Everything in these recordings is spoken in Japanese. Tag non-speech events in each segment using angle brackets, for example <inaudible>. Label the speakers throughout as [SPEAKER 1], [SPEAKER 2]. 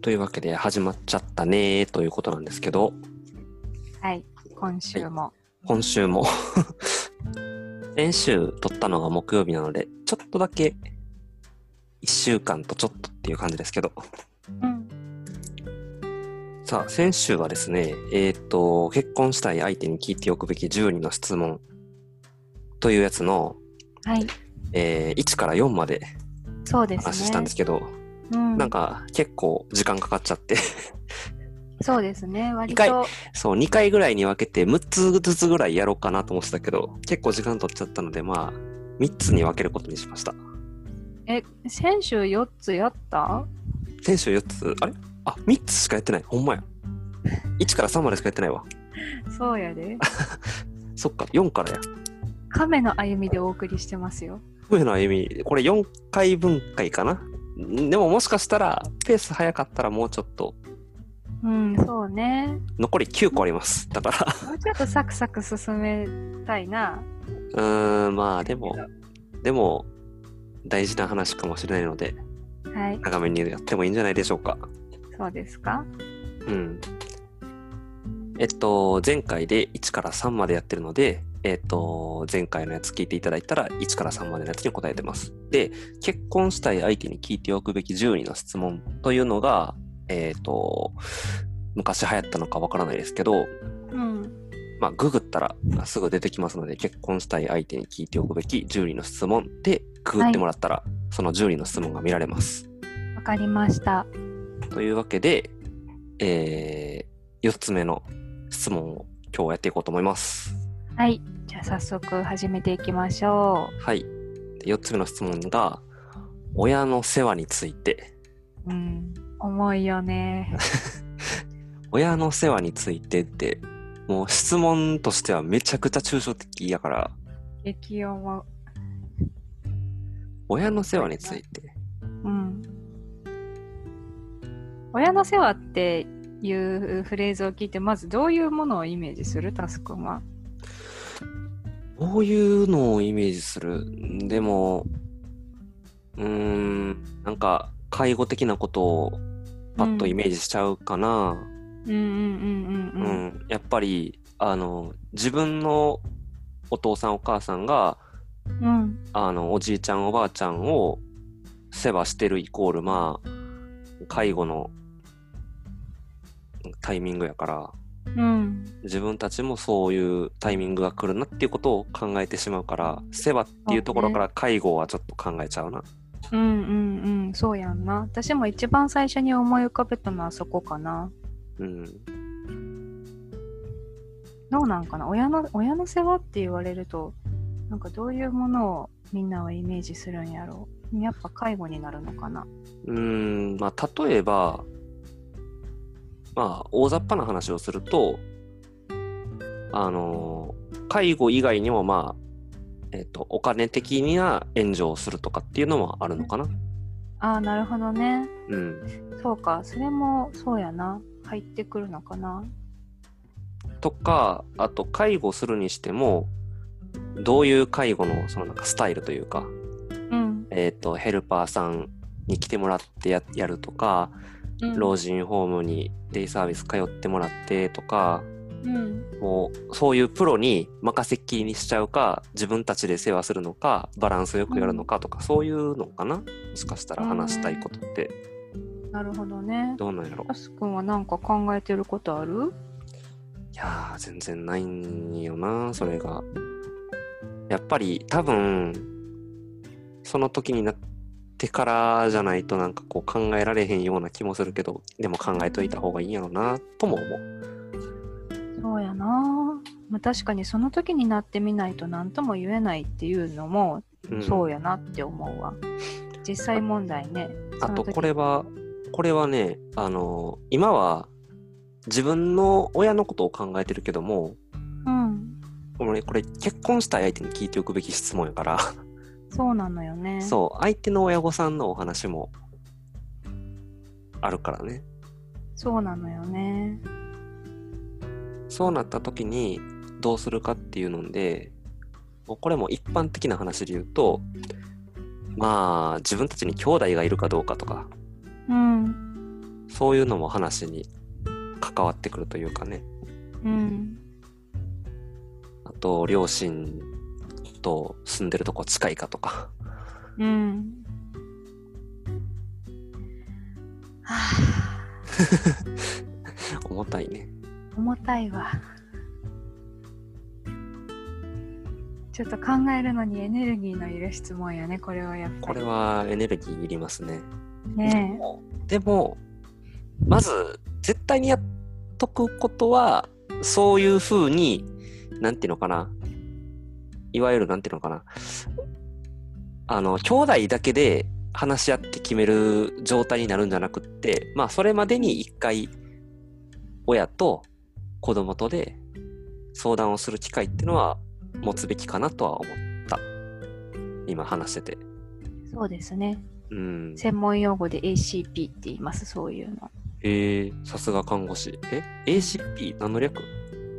[SPEAKER 1] というわけで始まっちゃったねーということなんですけど、
[SPEAKER 2] はい、今週も。
[SPEAKER 1] 今週も <laughs> 先週撮ったのが木曜日なので、ちょっとだけ1週間とちょっとっていう感じですけど、
[SPEAKER 2] うん。
[SPEAKER 1] さあ、先週はですね、えっ、と、結婚したい相手に聞いておくべき10人の質問というやつの、
[SPEAKER 2] はい、
[SPEAKER 1] えー1から4まで
[SPEAKER 2] そうですね。
[SPEAKER 1] 話したんですけど、
[SPEAKER 2] うん、
[SPEAKER 1] なんか結構時間かかっちゃって、
[SPEAKER 2] そうですね。割
[SPEAKER 1] 一
[SPEAKER 2] と、
[SPEAKER 1] そう、2回ぐらいに分けて6つずつぐらいやろうかなと思ってたけど、結構時間取っちゃったので、まあ、3つに分けることにしました。
[SPEAKER 2] え、先週4つやった
[SPEAKER 1] 先週4つ、あれあ、3つしかやってない。ほんまや。1から3までしかやってないわ。
[SPEAKER 2] そう
[SPEAKER 1] <laughs>
[SPEAKER 2] やで。
[SPEAKER 1] そっか、4からや。
[SPEAKER 2] 亀の歩みでお送りしてますよ。
[SPEAKER 1] 上野歩み、これ4回分解かな。んでももしかしたら、ペース早かったらもうちょっと、
[SPEAKER 2] うん、そうね。
[SPEAKER 1] 残り9個あります。だから、 <laughs>
[SPEAKER 2] もうちょっとサクサク進めたいな。
[SPEAKER 1] うーん、まあでも、でも、大事な話かもしれないので、
[SPEAKER 2] はい、
[SPEAKER 1] 長めにやってもいいんじゃないでしょうか。
[SPEAKER 2] そうですか。
[SPEAKER 1] うん。えっと、前回で1から3までやってるので、えっと、前回のやつ聞いていただいたら、1から3までのやつに答えてます。で、結婚したい相手に聞いておくべき10人の質問というのが、えっと、昔流行ったのかわからないですけど、
[SPEAKER 2] うん。
[SPEAKER 1] まあ、ググったらすぐ出てきますので、結婚したい相手に聞いておくべき10人の質問で、ググってもらったら、その10人の質問が見られます。
[SPEAKER 2] わかりました。
[SPEAKER 1] というわけで、えー、4つ目の質問を今日やっていこうと思います。
[SPEAKER 2] はい。じゃあ早速始めていきましょ
[SPEAKER 1] はい。で4つ目の質問が、親の世話について。
[SPEAKER 2] う。うん。重いよ
[SPEAKER 1] <laughs>
[SPEAKER 2] ね。
[SPEAKER 1] 親の世話についてって、もう質問としてはめちゃくちゃ抽象的やから、
[SPEAKER 2] 激重。
[SPEAKER 1] 親の世話について。
[SPEAKER 2] うん。親の世話っていうフレーズを聞いて、まずどういうものをイメージするタスくんは。
[SPEAKER 1] どういうのをイメージするでも、うーん、なんか、介護的なことをパッとイメージしちゃうかな。
[SPEAKER 2] うんうんうんう
[SPEAKER 1] うんん、やっぱりあの自分のお父さんお母さんが
[SPEAKER 2] うん。うん。
[SPEAKER 1] あのおじいちゃんおばあちゃんを世話してるイコールまあ介護のタイミングやから
[SPEAKER 2] うん。
[SPEAKER 1] 自分たちもそういうタイミングが来るなっていうことを考えてしまうから世話っていうところから介護はちょっと考えちゃうな。
[SPEAKER 2] うんうんうん。そうやんな。私も一番最初に思い浮かべたのはそこかな。
[SPEAKER 1] うん、
[SPEAKER 2] どうなんかな親の親の世話って言われると、なんかどういうものをみんなはイメージするんやろう。やっぱ介護になるのかな。
[SPEAKER 1] うんまあ、例えば、まあ、大雑把な話をすると、あの介護以外にも、まあえっとお金的な援助をするとかっていうのもあるのかな。
[SPEAKER 2] ああ、なるほどね。
[SPEAKER 1] うん、
[SPEAKER 2] そうか。それもそうやな。入ってくるのかな。
[SPEAKER 1] とかあと介護するにしてもどういう介護のそのなんかスタイルというか、
[SPEAKER 2] うん。
[SPEAKER 1] えっとヘルパーさんに来てもらってややるとか
[SPEAKER 2] うん
[SPEAKER 1] 老人ホームにデイサービス通ってもらってとか。
[SPEAKER 2] うん、
[SPEAKER 1] もうそういうプロに任せっきりにしちゃうか自分たちで世話するのかバランスよくやるのかとか、そういうのかなもしかしたら話したいことって
[SPEAKER 2] なるほどね。
[SPEAKER 1] どうなんやろ
[SPEAKER 2] タスくんは何か考えてることある
[SPEAKER 1] いやー全然ないんよなそれがやっぱり多分その時になってからじゃないとなんかこう考えられへんような気もするけどでも考えといた方がいいんやろなとも思う
[SPEAKER 2] そうやな。まあ、確かにその時になってみないと何とも言えないっていうのも、
[SPEAKER 1] うん、
[SPEAKER 2] そうやなって思うわ。実際問題ね。
[SPEAKER 1] あと
[SPEAKER 2] その時
[SPEAKER 1] これはこれはねあの今は自分の親のことを考えてるけども
[SPEAKER 2] うん。
[SPEAKER 1] これこれ結婚したい相手に聞いておくべき質問やから、
[SPEAKER 2] そうなのよね。
[SPEAKER 1] そう相手の親御さんのお話もあるからね
[SPEAKER 2] そうなのよね。
[SPEAKER 1] そうなった時にどうするかっていうのでもうこれも一般的な話で言うとまあ自分たちに兄弟がいるかどうかとか
[SPEAKER 2] うん。
[SPEAKER 1] そういうのも話に関わってくるというかね。
[SPEAKER 2] うん。
[SPEAKER 1] あと、両親と住んでるとこ近いかとか。 <laughs>
[SPEAKER 2] うん。はあ、
[SPEAKER 1] 重たいね。
[SPEAKER 2] 重たいわ。ちょっと考えるのにエネルギーのいる質問やね、これはやっぱり。
[SPEAKER 1] これはエネルギーいりますね。
[SPEAKER 2] ね
[SPEAKER 1] でも、まず、絶対にやっとくことは、そういうふうに、なんていうのかな。いわゆる、なんていうのかな。あの、兄弟だけで話し合って決める状態になるんじゃなくって、まあ、それまでに一回、親と子供とで相談をする機会っていうのは持つべきかなとは思った。今話してて。
[SPEAKER 2] え、そうですね。
[SPEAKER 1] うん。
[SPEAKER 2] 専門用語で ACP って言います、そういうの。
[SPEAKER 1] えー、さすが看護師。え ?ACP? 何の略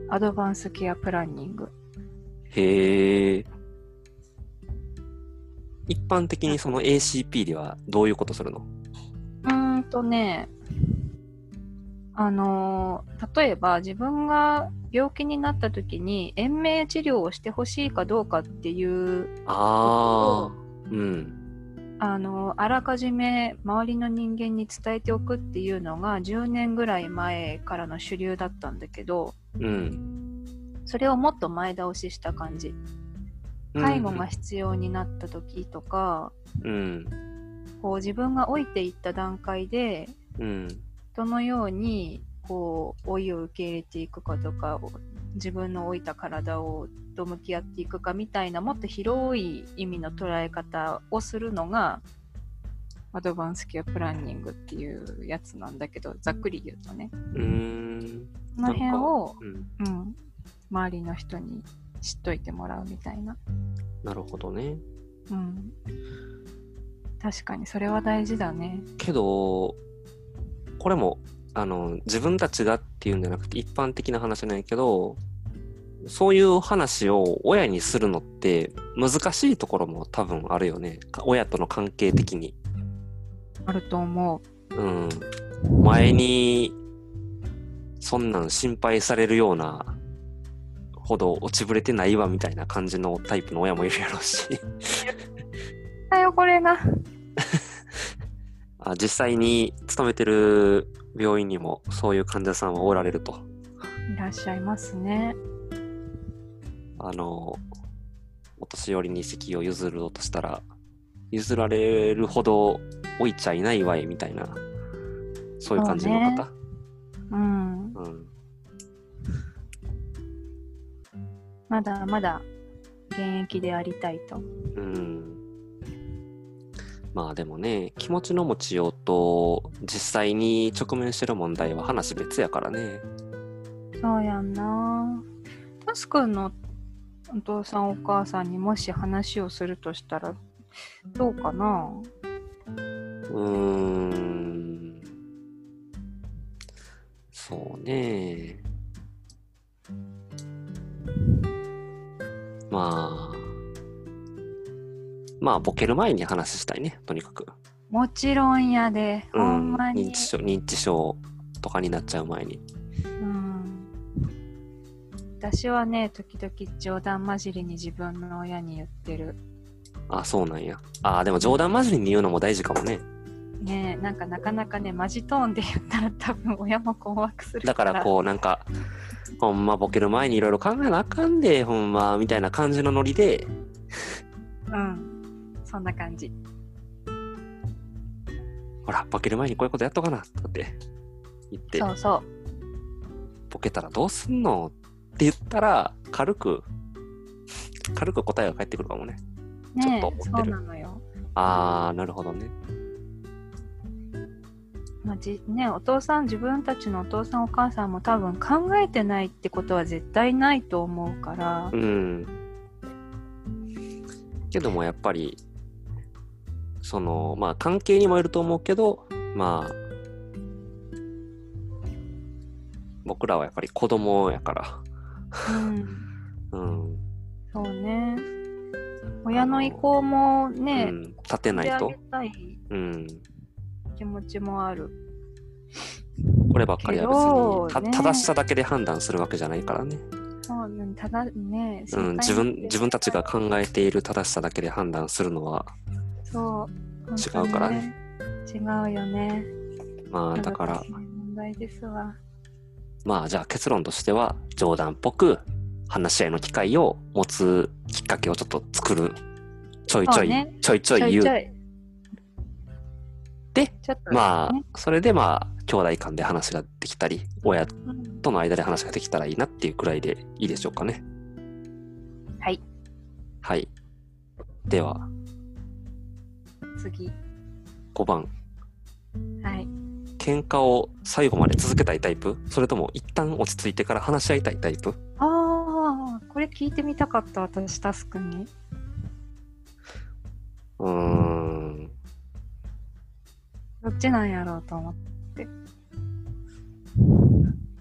[SPEAKER 2] アドバンスケアプランニング。
[SPEAKER 1] へえ。一般的にその ACP ではどういうことするの
[SPEAKER 2] うーんとね、あのー例えば自分が病気になった時に延命治療をしてほしいかどうかっていう、
[SPEAKER 1] ああ。うん。
[SPEAKER 2] あのーあらかじめ周りの人間に伝えておくっていうのが10年ぐらい前からの主流だったんだけど
[SPEAKER 1] うん。
[SPEAKER 2] それをもっと前倒しした感じ介護が必要になった時とか、
[SPEAKER 1] うん。
[SPEAKER 2] こう自分が老いていった段階で
[SPEAKER 1] うん。
[SPEAKER 2] どのようにこう老いを受け入れていくかとか自分の老いた体をと向き合っていくかみたいなもっと広い意味の捉え方をするのがアドバンスケアプランニングっていうやつなんだけどざっくり言うとね
[SPEAKER 1] うん。うん。
[SPEAKER 2] その辺を、
[SPEAKER 1] うん
[SPEAKER 2] うん、周りの人に知っといてもらうみたいな、
[SPEAKER 1] なるほどね。
[SPEAKER 2] うん、確かにそれは大事だね
[SPEAKER 1] けど、これも、あの、自分たちがっていうんじゃなくて一般的な話なんやけど、そういう話を親にするのって難しいところも多分あるよね。か親との関係的に。
[SPEAKER 2] あると思
[SPEAKER 1] うん、前にそんなん心配されるようなほど落ちぶれてないわみたいな感じのタイプの親もいるやろうし <laughs>
[SPEAKER 2] うだよこれが
[SPEAKER 1] あ実際に勤めてる病院にもそういう患者さんはおられると
[SPEAKER 2] いらっしゃいますね
[SPEAKER 1] あのお年寄りに席を譲ろうとしたら譲られるほど老いちゃいないわいみたいなそういう感じの
[SPEAKER 2] そう
[SPEAKER 1] 方
[SPEAKER 2] うん
[SPEAKER 1] う,、
[SPEAKER 2] まだまだ現役でありたいと。
[SPEAKER 1] ん、うん、まあでもね気持ちの持ちようと実際に直面してる問題は話別やからね
[SPEAKER 2] そうやんな。タスくんのお父さんお母さんにもし話をするとしたらどうかな
[SPEAKER 1] うーんそうねまあまあボケる前に話したいねとにかく、
[SPEAKER 2] もちろんやで。
[SPEAKER 1] う
[SPEAKER 2] ほんま
[SPEAKER 1] 認
[SPEAKER 2] に
[SPEAKER 1] 知。症認知症とかになっちゃう前に
[SPEAKER 2] うん私はね、時々冗談交じりに自分の親に言ってる。
[SPEAKER 1] あそうなんやあでも冗談交じりに言うのも大事かもね
[SPEAKER 2] ねえなんかなかなかね、マジトーンで言ったら多分親も困惑する
[SPEAKER 1] だ
[SPEAKER 2] か。
[SPEAKER 1] かららこうなんかほんまボケる前にいろいろ考えなあかんでほんまみたいな感じのノリで
[SPEAKER 2] うん。そんな感じ。
[SPEAKER 1] ほらボケる前にこういうことやっとかなとかって言って
[SPEAKER 2] そうそう。
[SPEAKER 1] ボケたらどうすんのって言ったら、軽く、軽く答えが返ってくるかもね。
[SPEAKER 2] ねえ
[SPEAKER 1] ちょっと思ってる
[SPEAKER 2] そうなのよ、
[SPEAKER 1] あー、なるほどね。
[SPEAKER 2] まあじねえ、お父さん自分たちのお父さんお母さんも多分考えてないってことは絶対ないと思うから
[SPEAKER 1] うん。けどもやっぱり、その、まあ関係にもよると思うけど、まあ、僕らはやっぱり子供やか
[SPEAKER 2] うん
[SPEAKER 1] ら、うん。
[SPEAKER 2] そうね親の意向も
[SPEAKER 1] う
[SPEAKER 2] ね
[SPEAKER 1] ん、立て
[SPEAKER 2] え、
[SPEAKER 1] な
[SPEAKER 2] て
[SPEAKER 1] い
[SPEAKER 2] あ
[SPEAKER 1] と
[SPEAKER 2] げ。たい
[SPEAKER 1] うん。
[SPEAKER 2] 気持ちもある
[SPEAKER 1] こればっかりは別に、
[SPEAKER 2] けどね
[SPEAKER 1] た正しさだけで判断するわけじゃないからね。
[SPEAKER 2] そうねただね、
[SPEAKER 1] う
[SPEAKER 2] 心配
[SPEAKER 1] ん、自分
[SPEAKER 2] して
[SPEAKER 1] 自分たちが考えている正しさだけで判断するのは、
[SPEAKER 2] そう本当
[SPEAKER 1] 違うから
[SPEAKER 2] にね違うよね
[SPEAKER 1] まあだから
[SPEAKER 2] 難しい、問題ですわ
[SPEAKER 1] まあじゃあ結論としては冗談っぽく話し合いの機会を持つきっかけをちょっと作る。ちょいちょい、
[SPEAKER 2] そうね
[SPEAKER 1] ちょいちょい言う。
[SPEAKER 2] い
[SPEAKER 1] で
[SPEAKER 2] ちょっと
[SPEAKER 1] ま
[SPEAKER 2] ね
[SPEAKER 1] あ、それでまあ、兄弟間で話ができたり、親
[SPEAKER 2] うん
[SPEAKER 1] との間で話ができたらいいなっていうくらいでいいでしょうかね。
[SPEAKER 2] はい
[SPEAKER 1] はい。では、
[SPEAKER 2] 次
[SPEAKER 1] 5番。
[SPEAKER 2] はい
[SPEAKER 1] 喧嘩を最後まで続けたいタイプそれとも一旦落ち着いてから話し合いたいタイプ
[SPEAKER 2] ああこれ聞いてみたかった私タスクに
[SPEAKER 1] うーん。
[SPEAKER 2] どっちなんやろうと思って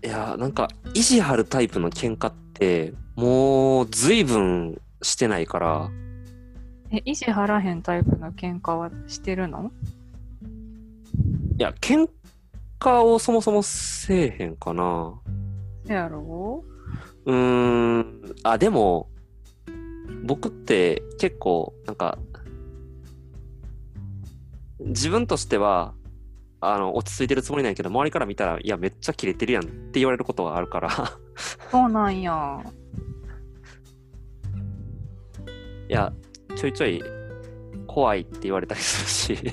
[SPEAKER 1] いやー、なんか、意地張るタイプの喧嘩って、もう、随分してないから、
[SPEAKER 2] え意地張らへんタイプの喧嘩はしてるの
[SPEAKER 1] いや、喧嘩をそもそもせえへんかな。
[SPEAKER 2] せやろ
[SPEAKER 1] うーん、あ、でも、僕って結構、なんか、自分としては、あの、落ち着いてるつもりなんやけど、周りから見たら、いや、めっちゃキレてるやんって言われることはあるから、 <laughs>
[SPEAKER 2] そうなんや <laughs>
[SPEAKER 1] いや、ちょいちょい、怖いって言われたりす
[SPEAKER 2] <laughs>
[SPEAKER 1] るし、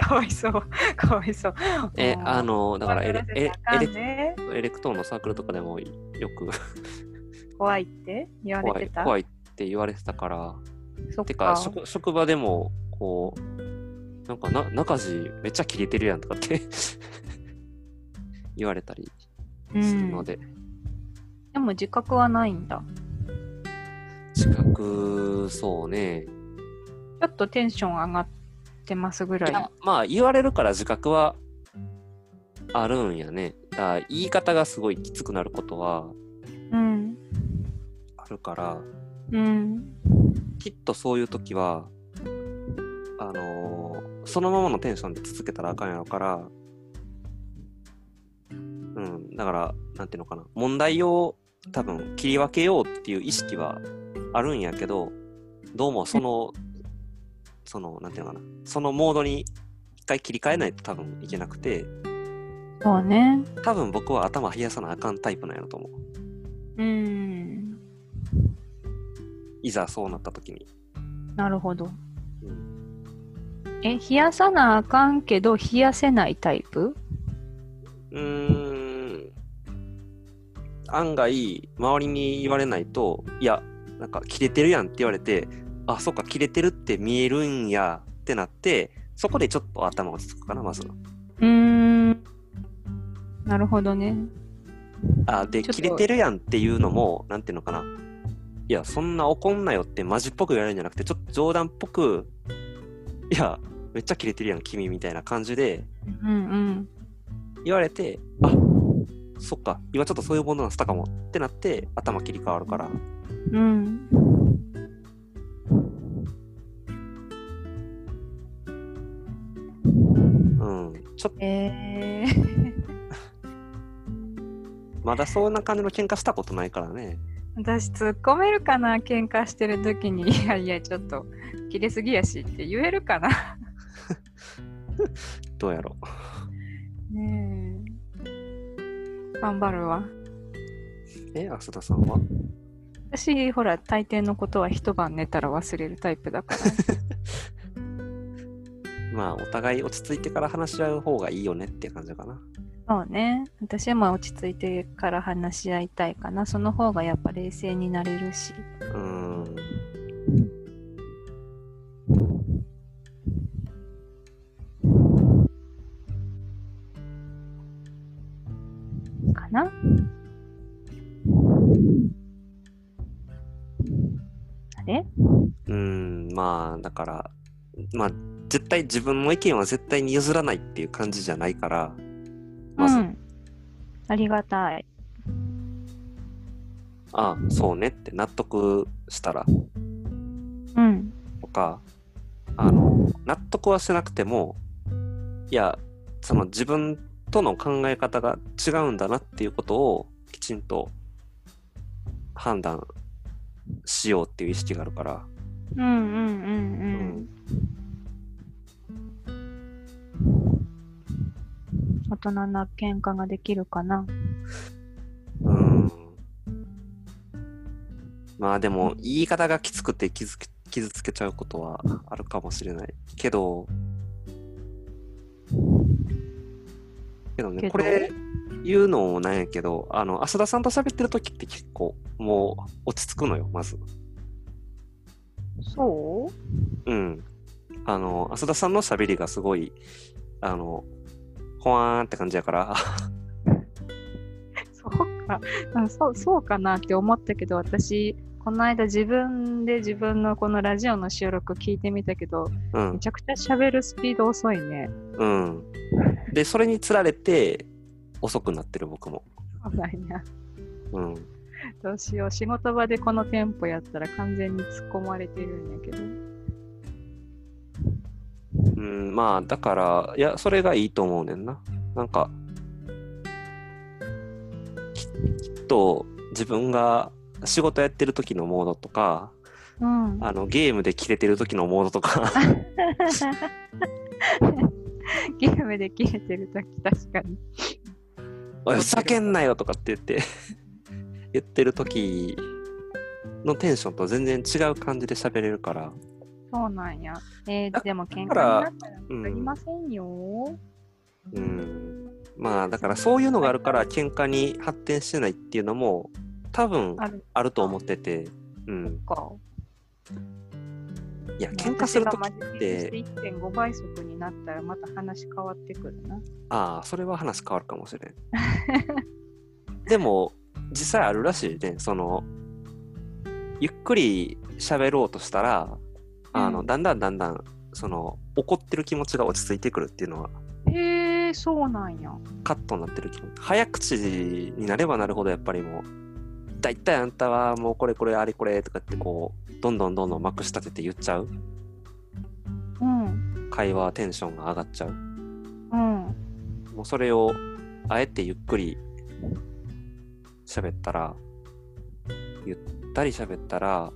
[SPEAKER 2] かわいそうかわいそう
[SPEAKER 1] え、
[SPEAKER 2] うん
[SPEAKER 1] あの、だからエレ、エレ
[SPEAKER 2] 怖
[SPEAKER 1] エ
[SPEAKER 2] い
[SPEAKER 1] レ
[SPEAKER 2] せなあかんで
[SPEAKER 1] エレクトーンのサークルとかでもよく
[SPEAKER 2] 怖いって言わ
[SPEAKER 1] 怖
[SPEAKER 2] れて
[SPEAKER 1] い
[SPEAKER 2] た
[SPEAKER 1] 怖いって言われてたから、
[SPEAKER 2] そって
[SPEAKER 1] か職職場でもこうなんかな中地めっちゃキレてるやんとかって <laughs> 言われたりするので、
[SPEAKER 2] うん、でも自覚はないんだ
[SPEAKER 1] 自覚そうね
[SPEAKER 2] ちょっとテンション上がってますぐら
[SPEAKER 1] いや
[SPEAKER 2] い
[SPEAKER 1] まあ言われるから自覚はあるんやねあ言い方がすごいきつくなることは
[SPEAKER 2] うん
[SPEAKER 1] あるから
[SPEAKER 2] うん
[SPEAKER 1] きっとそういう時はあのーそのままのテンションで続けたらあかんやろからうんだからなんていうのかな問題を多分切り分けようっていう意識はあるんやけどどうもそのそのなんていうのかなそのモードに一回切り替えないと多分いけなくて
[SPEAKER 2] そうね
[SPEAKER 1] 多分僕は頭冷やさなあかんタイプなんやろと思う
[SPEAKER 2] うん
[SPEAKER 1] いざそうなった時に
[SPEAKER 2] なるほど
[SPEAKER 1] うん
[SPEAKER 2] え冷やさなあかんけど冷やせないタイプ
[SPEAKER 1] うーん案外周りに言われないといやなんか切れてるやんって言われてあそっか切れてるって見えるんやってなってそこでちょっと頭落ち着くかなまず
[SPEAKER 2] うーんなるほどね
[SPEAKER 1] あで
[SPEAKER 2] ちょっと
[SPEAKER 1] 切れてるやんっていうのもなんていうのかないやそんな怒んなよってマジっぽく言われるんじゃなくてちょっと冗談っぽくいやめっちゃ切れてるやん君みたいな感じで
[SPEAKER 2] うんうん
[SPEAKER 1] 言われてあそっか今ちょっとそういうものなったかもってなって頭切り替わるから
[SPEAKER 2] うん
[SPEAKER 1] うんちょっと
[SPEAKER 2] えー、
[SPEAKER 1] まだそんな感じの喧嘩したことないからね。
[SPEAKER 2] 私突っ込めるかな喧嘩してる時にいやいやちょっと切れすぎやしって言えるかな
[SPEAKER 1] どうやろ
[SPEAKER 2] ねえ頑張るわ
[SPEAKER 1] う。え、浅田さんは
[SPEAKER 2] 私ほら大抵のことは一晩寝たら忘れるタイプだから
[SPEAKER 1] まあ、お互い落ち着いてから話し合う方がいいよねって感じかな。
[SPEAKER 2] そうね私はまあ落ち着いてから話し合いたいかなその方がやっぱ冷静になれるし
[SPEAKER 1] うーん。
[SPEAKER 2] かなあれ
[SPEAKER 1] うーん、まあ、だから、まあ、絶対自分の意見は絶対に譲らないっていう感じじゃないから、まず、
[SPEAKER 2] うんありがたい
[SPEAKER 1] あそうねって納得したら
[SPEAKER 2] うん
[SPEAKER 1] とか、あの、納得はしなくても、いや、その自分との考え方が違うんだなっていうことをきちんと判断しようっていう意識があるから、
[SPEAKER 2] うんうんうんうん。大人な喧嘩ができるかな。
[SPEAKER 1] うんまあでも言い方がきつくて傷つけ傷つけちゃうことはあるかもしれないけどけどね
[SPEAKER 2] けど
[SPEAKER 1] これ言うのもなんやけどあの浅田さんと喋ってる時って結構もう落ち着くのよまず
[SPEAKER 2] そう
[SPEAKER 1] うんあの浅田さんの喋りがすごいあのほわーんって感じやから <laughs>
[SPEAKER 2] そうか、 <laughs> あそうそうかなって思ったけど、私、この間自分で自分のこのラジオの収録聞いてみたけど、
[SPEAKER 1] う
[SPEAKER 2] め
[SPEAKER 1] ん
[SPEAKER 2] ちゃくちゃ喋るスピード遅いね。
[SPEAKER 1] うんでそれにつられて遅くなってる僕も
[SPEAKER 2] そうだな。
[SPEAKER 1] うん
[SPEAKER 2] どうしよう、仕事場でこのテンポやったら完全に突っ込まれてるんやけど。
[SPEAKER 1] うん、まあだからいやそれがいいと思うねんななんかききっと自分が仕事やってる時のモードとか
[SPEAKER 2] うん。
[SPEAKER 1] あのゲームで切れてる時のモードとか
[SPEAKER 2] <laughs> ゲームで切れてるとき、確かに。
[SPEAKER 1] 「おいふざけんなよ」とかって言って <laughs> 言ってる時のテンションと全然違う感じで喋れるから、
[SPEAKER 2] そうなんや。え
[SPEAKER 1] だ
[SPEAKER 2] ー、でも喧嘩にな
[SPEAKER 1] だ
[SPEAKER 2] った
[SPEAKER 1] から
[SPEAKER 2] ら
[SPEAKER 1] うん
[SPEAKER 2] すりませんよ。
[SPEAKER 1] うん、まあだからそういうのがあるから喧嘩に発展してないっていうのも多分
[SPEAKER 2] ある
[SPEAKER 1] あると思ってて、うん、
[SPEAKER 2] か。
[SPEAKER 1] いや喧嘩する時って
[SPEAKER 2] 1.5倍速になったらまた話変わってくるな。
[SPEAKER 1] ああ、それは話変わるかもし
[SPEAKER 2] <laughs>
[SPEAKER 1] れん。でも、実際あるらしいね。その、ゆっくり喋ろうとしたら、あの、
[SPEAKER 2] うん
[SPEAKER 1] だんだんだんだん、その、怒ってる気持ちが落ち着いてくるっていうのは、
[SPEAKER 2] へえ、そうなんや。
[SPEAKER 1] カットになってる気持ち。早口になればなるほど、やっぱりもう、だいたいあんたはもうこれこれあれこれとかってこう、どんどんどんどんまくし立てて言っちゃう。
[SPEAKER 2] うん。
[SPEAKER 1] 会話テンションが上がっちゃう。
[SPEAKER 2] うん。
[SPEAKER 1] もうそれをあえてゆっくり喋ったら、ゆったり喋ったら、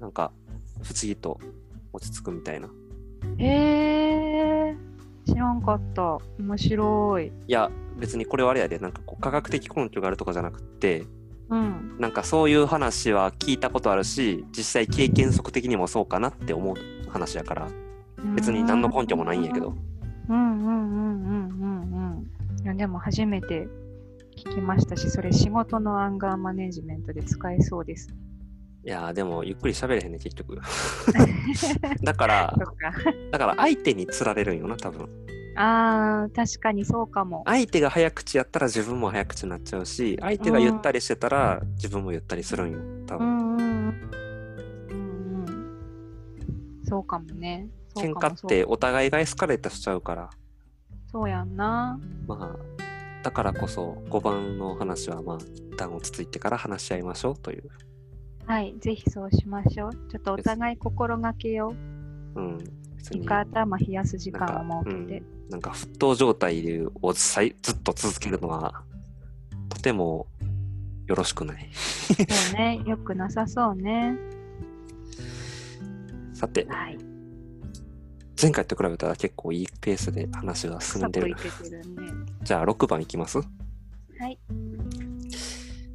[SPEAKER 1] なんか不思議と落ち着くみたいな。
[SPEAKER 2] へえ、知らんかった。面白い。
[SPEAKER 1] いや、別にこれはあれやで、なんかこう科学的根拠があるとかじゃなくって、
[SPEAKER 2] うん。
[SPEAKER 1] なんかそういう話は聞いたことあるし、実際経験則的にもそうかなって思う話やから、別に何の根拠もないんやけど。。
[SPEAKER 2] うんうんうんうんうんうん。いやでも初めて聞きましたし、それ仕事のアンガーマネジメントで使えそうです。 <laughs>
[SPEAKER 1] いやーでもゆっくり喋れへんね、結局。だから、
[SPEAKER 2] そっか。
[SPEAKER 1] だから相手に釣られるんよな、多分。
[SPEAKER 2] あー、確かにそうかも。
[SPEAKER 1] 相手が早口やったら自分も早口になっちゃうし相手がゆったりしてたら自分もゆったりするんよ多
[SPEAKER 2] う
[SPEAKER 1] 分
[SPEAKER 2] んうんうんうんそうかもね。そう
[SPEAKER 1] 喧
[SPEAKER 2] か
[SPEAKER 1] 嘩
[SPEAKER 2] も
[SPEAKER 1] っ
[SPEAKER 2] そう
[SPEAKER 1] てお互いがエスカレートしちゃうから
[SPEAKER 2] そうやんな。
[SPEAKER 1] まあだからこそ5番の話はまあ一旦落ち着いてから話し合いましょうという、
[SPEAKER 2] はい、ぜひそうしましょう。ちょっとお互い心がけよう。
[SPEAKER 1] うん、別
[SPEAKER 2] 一回頭冷やす時
[SPEAKER 1] なんか
[SPEAKER 2] 間を設けて。
[SPEAKER 1] うんなんか沸騰状態をさいずっと続けるのはとてもよろしくない
[SPEAKER 2] そうね、よくなさそうね。
[SPEAKER 1] さて
[SPEAKER 2] はい。
[SPEAKER 1] 前回と比べたら結構いいペースで話が進
[SPEAKER 2] サ
[SPEAKER 1] んで
[SPEAKER 2] クい
[SPEAKER 1] る
[SPEAKER 2] けてるね。
[SPEAKER 1] じゃあ6番いきます
[SPEAKER 2] はい。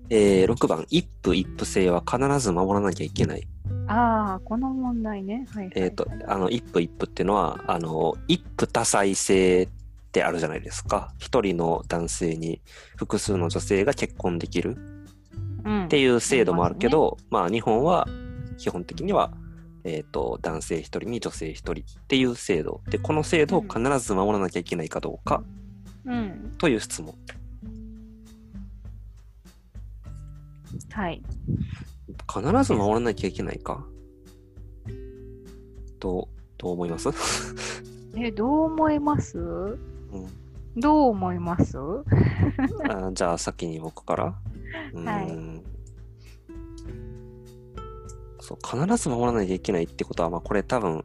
[SPEAKER 1] えー6番、一夫一夫制は必ず守らなきゃいけない。
[SPEAKER 2] ああ、この問題ね。はい、はい。
[SPEAKER 1] えっ、と、あの、一夫一夫っていうのは、あの、一夫多妻制ってあるじゃないですか。一人の男性に複数の女性が結婚できる
[SPEAKER 2] うん、
[SPEAKER 1] っていう制度もあるけど、まあ、日本は基本的には、えっ、と、男性一人に女性一人っていう制度。で、この制度を必ず守らなきゃいけないかどうか
[SPEAKER 2] うん。
[SPEAKER 1] という質問。
[SPEAKER 2] はい。
[SPEAKER 1] 必ず守らなきゃいけないか。どう、どう思います、 <laughs>
[SPEAKER 2] え、どう思います
[SPEAKER 1] うん
[SPEAKER 2] どう思います
[SPEAKER 1] あじゃあ先に僕から。うーん
[SPEAKER 2] はい
[SPEAKER 1] そう必ず守らなきゃいけないってことは、まあ、これ多分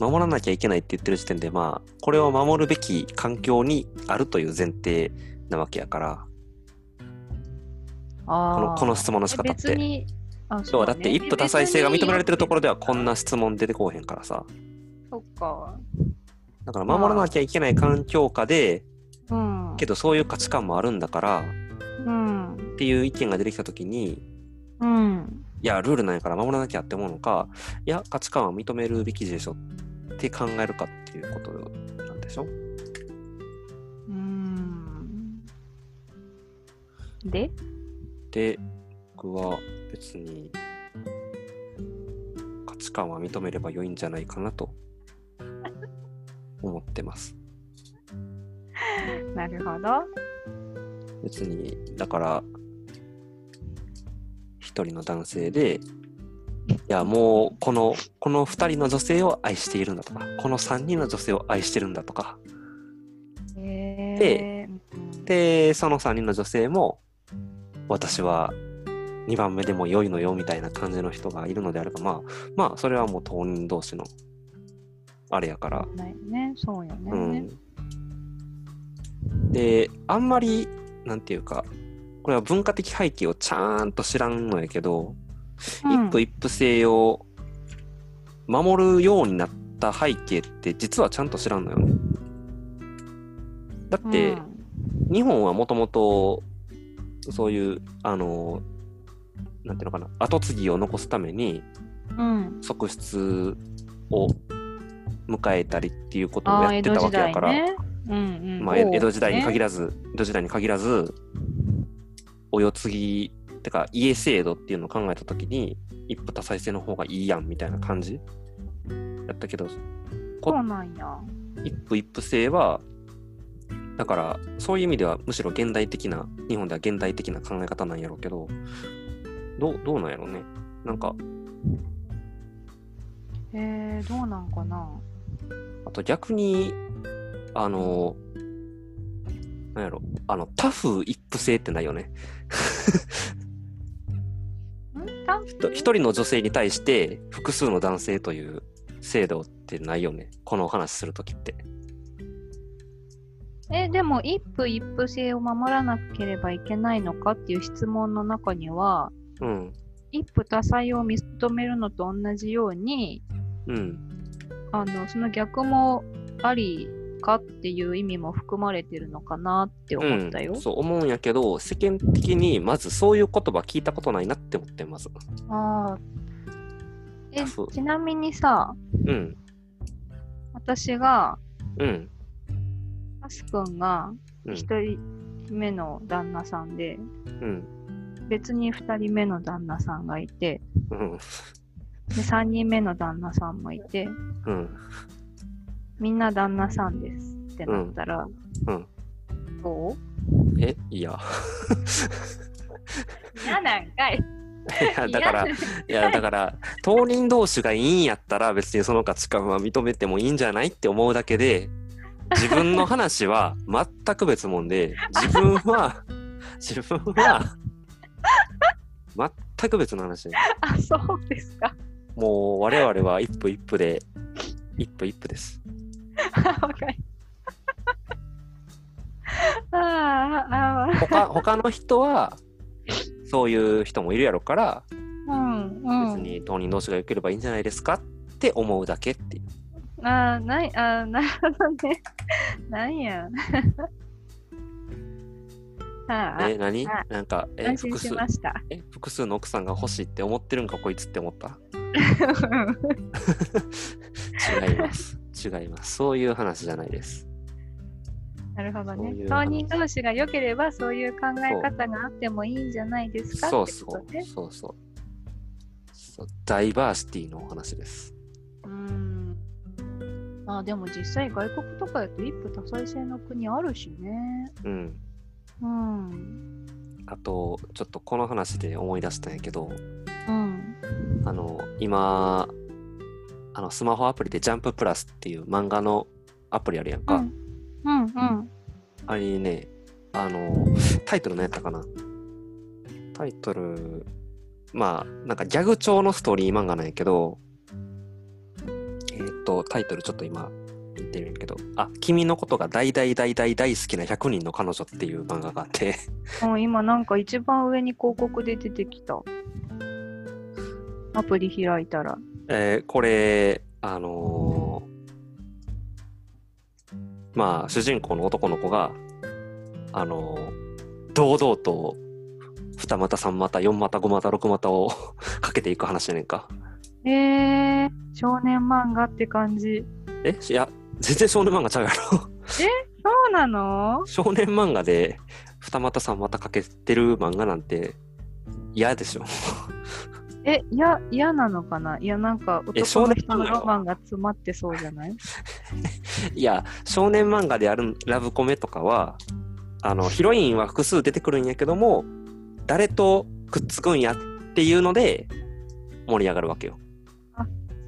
[SPEAKER 1] 守らなきゃいけないって言ってる時点で、まあ、これを守るべき環境にあるという前提なわけやから、
[SPEAKER 2] あ
[SPEAKER 1] こ
[SPEAKER 2] ー
[SPEAKER 1] のこの質問の仕方っ
[SPEAKER 2] 別
[SPEAKER 1] て。
[SPEAKER 2] にあ
[SPEAKER 1] そうだって一夫多妻制が認められてるところではこん
[SPEAKER 2] な。
[SPEAKER 1] な質問出てこうへんからさ。
[SPEAKER 2] そっか。
[SPEAKER 1] だから守らなきゃいけない環境下で、
[SPEAKER 2] うん。
[SPEAKER 1] けどそういう価値観もあるんだからっ
[SPEAKER 2] うん。
[SPEAKER 1] ていう意見が出てきた時に、
[SPEAKER 2] うん。
[SPEAKER 1] いや、ルールなんやから守らなきゃって思うのか、いや、価値観は認めるべきでしょって考えるかっていうことなんでしょ
[SPEAKER 2] うん。で
[SPEAKER 1] で、僕は別に価値観は認めれば良いんじゃないかなと思ってます。
[SPEAKER 2] なるほど。
[SPEAKER 1] 別に、だから、一人の男性で、いや、もう、この、この二人の女性を愛しているんだとか、この三人の女性を愛してるんだとか、
[SPEAKER 2] えー、うん、
[SPEAKER 1] で、その三人の女性も、私は二番目でも良いのよ、みたいな感じの人がいるのであれば、まあ、まあ、それはもう当人同士の、あれやから、
[SPEAKER 2] ないね、そうよね。
[SPEAKER 1] うん、であんまりなんていうかこれは文化的背景をちゃんと知らんのやけど、一夫
[SPEAKER 2] 一
[SPEAKER 1] 一夫制を守るようになった背景って実はちゃんと知らんのよね。だって、日本はもともとそういうあのなんていうのかな跡継ぎを残すために
[SPEAKER 2] うん。
[SPEAKER 1] 側室を迎えたりっていうことを
[SPEAKER 2] ああ
[SPEAKER 1] やっ
[SPEAKER 2] ー、江
[SPEAKER 1] て
[SPEAKER 2] 戸
[SPEAKER 1] たわ
[SPEAKER 2] 時
[SPEAKER 1] けや
[SPEAKER 2] 代
[SPEAKER 1] から。
[SPEAKER 2] ね。うんうん。
[SPEAKER 1] まあ、江戸時代に限
[SPEAKER 2] ら
[SPEAKER 1] らず、江戸時代に限らず、お世継ぎ、てか家制度っていうのを考えたときに、一夫多妻制の方がいいやんみたいな感じやったけど、こ
[SPEAKER 2] そうなんや。
[SPEAKER 1] 一夫一夫制は、だから、そういう意味ではむしろ現代的な、日本では現代的な考え方なんやろうけど、どう、どうなんやろうね。なんか、
[SPEAKER 2] えー、どうなんかな。
[SPEAKER 1] あと逆に、あの、なんやろ、あの、タフ一夫制ってないよね。
[SPEAKER 2] んた
[SPEAKER 1] と一人の女性に対して複数の男性という制度ってないよねこのお話するときって
[SPEAKER 2] えでも一夫一夫制を守らなければいけないのかっていう質問の中には
[SPEAKER 1] うん
[SPEAKER 2] 一夫多妻を認めるのと同じように
[SPEAKER 1] うん
[SPEAKER 2] あのその逆もありかっていう意味も含まれてるのかなって思ったよ。
[SPEAKER 1] うん、そう思うんやけど世間的にまずそういう言葉聞いたことないなって思ってます
[SPEAKER 2] ああえ
[SPEAKER 1] あそう
[SPEAKER 2] ちなみにさ
[SPEAKER 1] うん
[SPEAKER 2] 私が
[SPEAKER 1] うん
[SPEAKER 2] タスくんが
[SPEAKER 1] うん
[SPEAKER 2] 一人目の旦那さんで、
[SPEAKER 1] うん
[SPEAKER 2] 別に二人目の旦那さんがいて
[SPEAKER 1] うん
[SPEAKER 2] で三人目の旦那さんもいて。
[SPEAKER 1] うん
[SPEAKER 2] みんな旦那さんですってなったら、
[SPEAKER 1] うんうん
[SPEAKER 2] どう
[SPEAKER 1] えい <laughs> や
[SPEAKER 2] 嫌なんかい。
[SPEAKER 1] いやだから
[SPEAKER 2] 嫌
[SPEAKER 1] い
[SPEAKER 2] なん
[SPEAKER 1] やだから当人同士がいいんやったら別にその価値観は認めてもいいんじゃないって思うだけで自分の話は全く別もんで自分は <laughs> 自分は全く別の話
[SPEAKER 2] あ、そうですか。 <laughs>
[SPEAKER 1] もう我々は一歩一歩で一歩一歩です
[SPEAKER 2] わかりあ <laughs> あ、ああ、
[SPEAKER 1] 他他の人はそういう人もいるやろから
[SPEAKER 2] うん、うん。
[SPEAKER 1] 別に当人同士が良ければいいんじゃないですかって思うだけっていう
[SPEAKER 2] ああ、ない、ああ、なるほどね。 <laughs> なんや。 <laughs> ああ、
[SPEAKER 1] え何
[SPEAKER 2] あ
[SPEAKER 1] なんかえ
[SPEAKER 2] 安心
[SPEAKER 1] 複
[SPEAKER 2] し
[SPEAKER 1] 数
[SPEAKER 2] ました。 <laughs>
[SPEAKER 1] え複数の奥さんが欲しいって思ってるんかこいつって思った違います
[SPEAKER 2] <laughs>
[SPEAKER 1] 違いますそういう話じゃないです
[SPEAKER 2] なるほど
[SPEAKER 1] そうい
[SPEAKER 2] ね。
[SPEAKER 1] う
[SPEAKER 2] 当
[SPEAKER 1] 話
[SPEAKER 2] 人同士が良ければ、そういう考え方があってもいいんじゃないですか
[SPEAKER 1] そう
[SPEAKER 2] って
[SPEAKER 1] そ
[SPEAKER 2] こと
[SPEAKER 1] う
[SPEAKER 2] ね。
[SPEAKER 1] そうそうそうダイバーシティのお話です
[SPEAKER 2] うーんまあでも実際外国とかだと一夫多妻制の国あるしね。
[SPEAKER 1] うん
[SPEAKER 2] うん。
[SPEAKER 1] あとちょっとこの話で思い出したんやけど
[SPEAKER 2] うん。
[SPEAKER 1] あの今あのスマホアプリで「ジャンププラス」っていう漫画のアプリあるやんか、
[SPEAKER 2] うんうんうん。
[SPEAKER 1] あれにねあのタイトル何やったかなタイトルまあなんかギャグ調のストーリー漫画なんやけどえっ、と、タイトルちょっと今言ってるんやけど、あ、君のことが大大大大大好きな100人の彼女っていう漫画があって、
[SPEAKER 2] もう今なんか一番上に広告で出てきた。アプリ開いたら。
[SPEAKER 1] えーこれ、あのーまあ、主人公の男の子が、あのー堂々と、二股、三股、四股、五股、六股を <laughs> かけていく話やねんか。
[SPEAKER 2] えー、少年漫画って感じ。
[SPEAKER 1] えいや、全然少年漫画ちゃうやろ。 <laughs>
[SPEAKER 2] そうなの
[SPEAKER 1] 少年漫画で、二股、三股かけてる漫画なんて、嫌でしょ。
[SPEAKER 2] え、いや、嫌なのかないや、なんか
[SPEAKER 1] え
[SPEAKER 2] 男の
[SPEAKER 1] 少
[SPEAKER 2] 人
[SPEAKER 1] 年漫
[SPEAKER 2] の
[SPEAKER 1] 画よ
[SPEAKER 2] ロマンが詰まってそうじゃない
[SPEAKER 1] いや、少年漫画であるラブコメとかは、あの、ヒロインは複数出てくるんやけども、誰とくっつくんやっていうので、盛り上がるわけよ。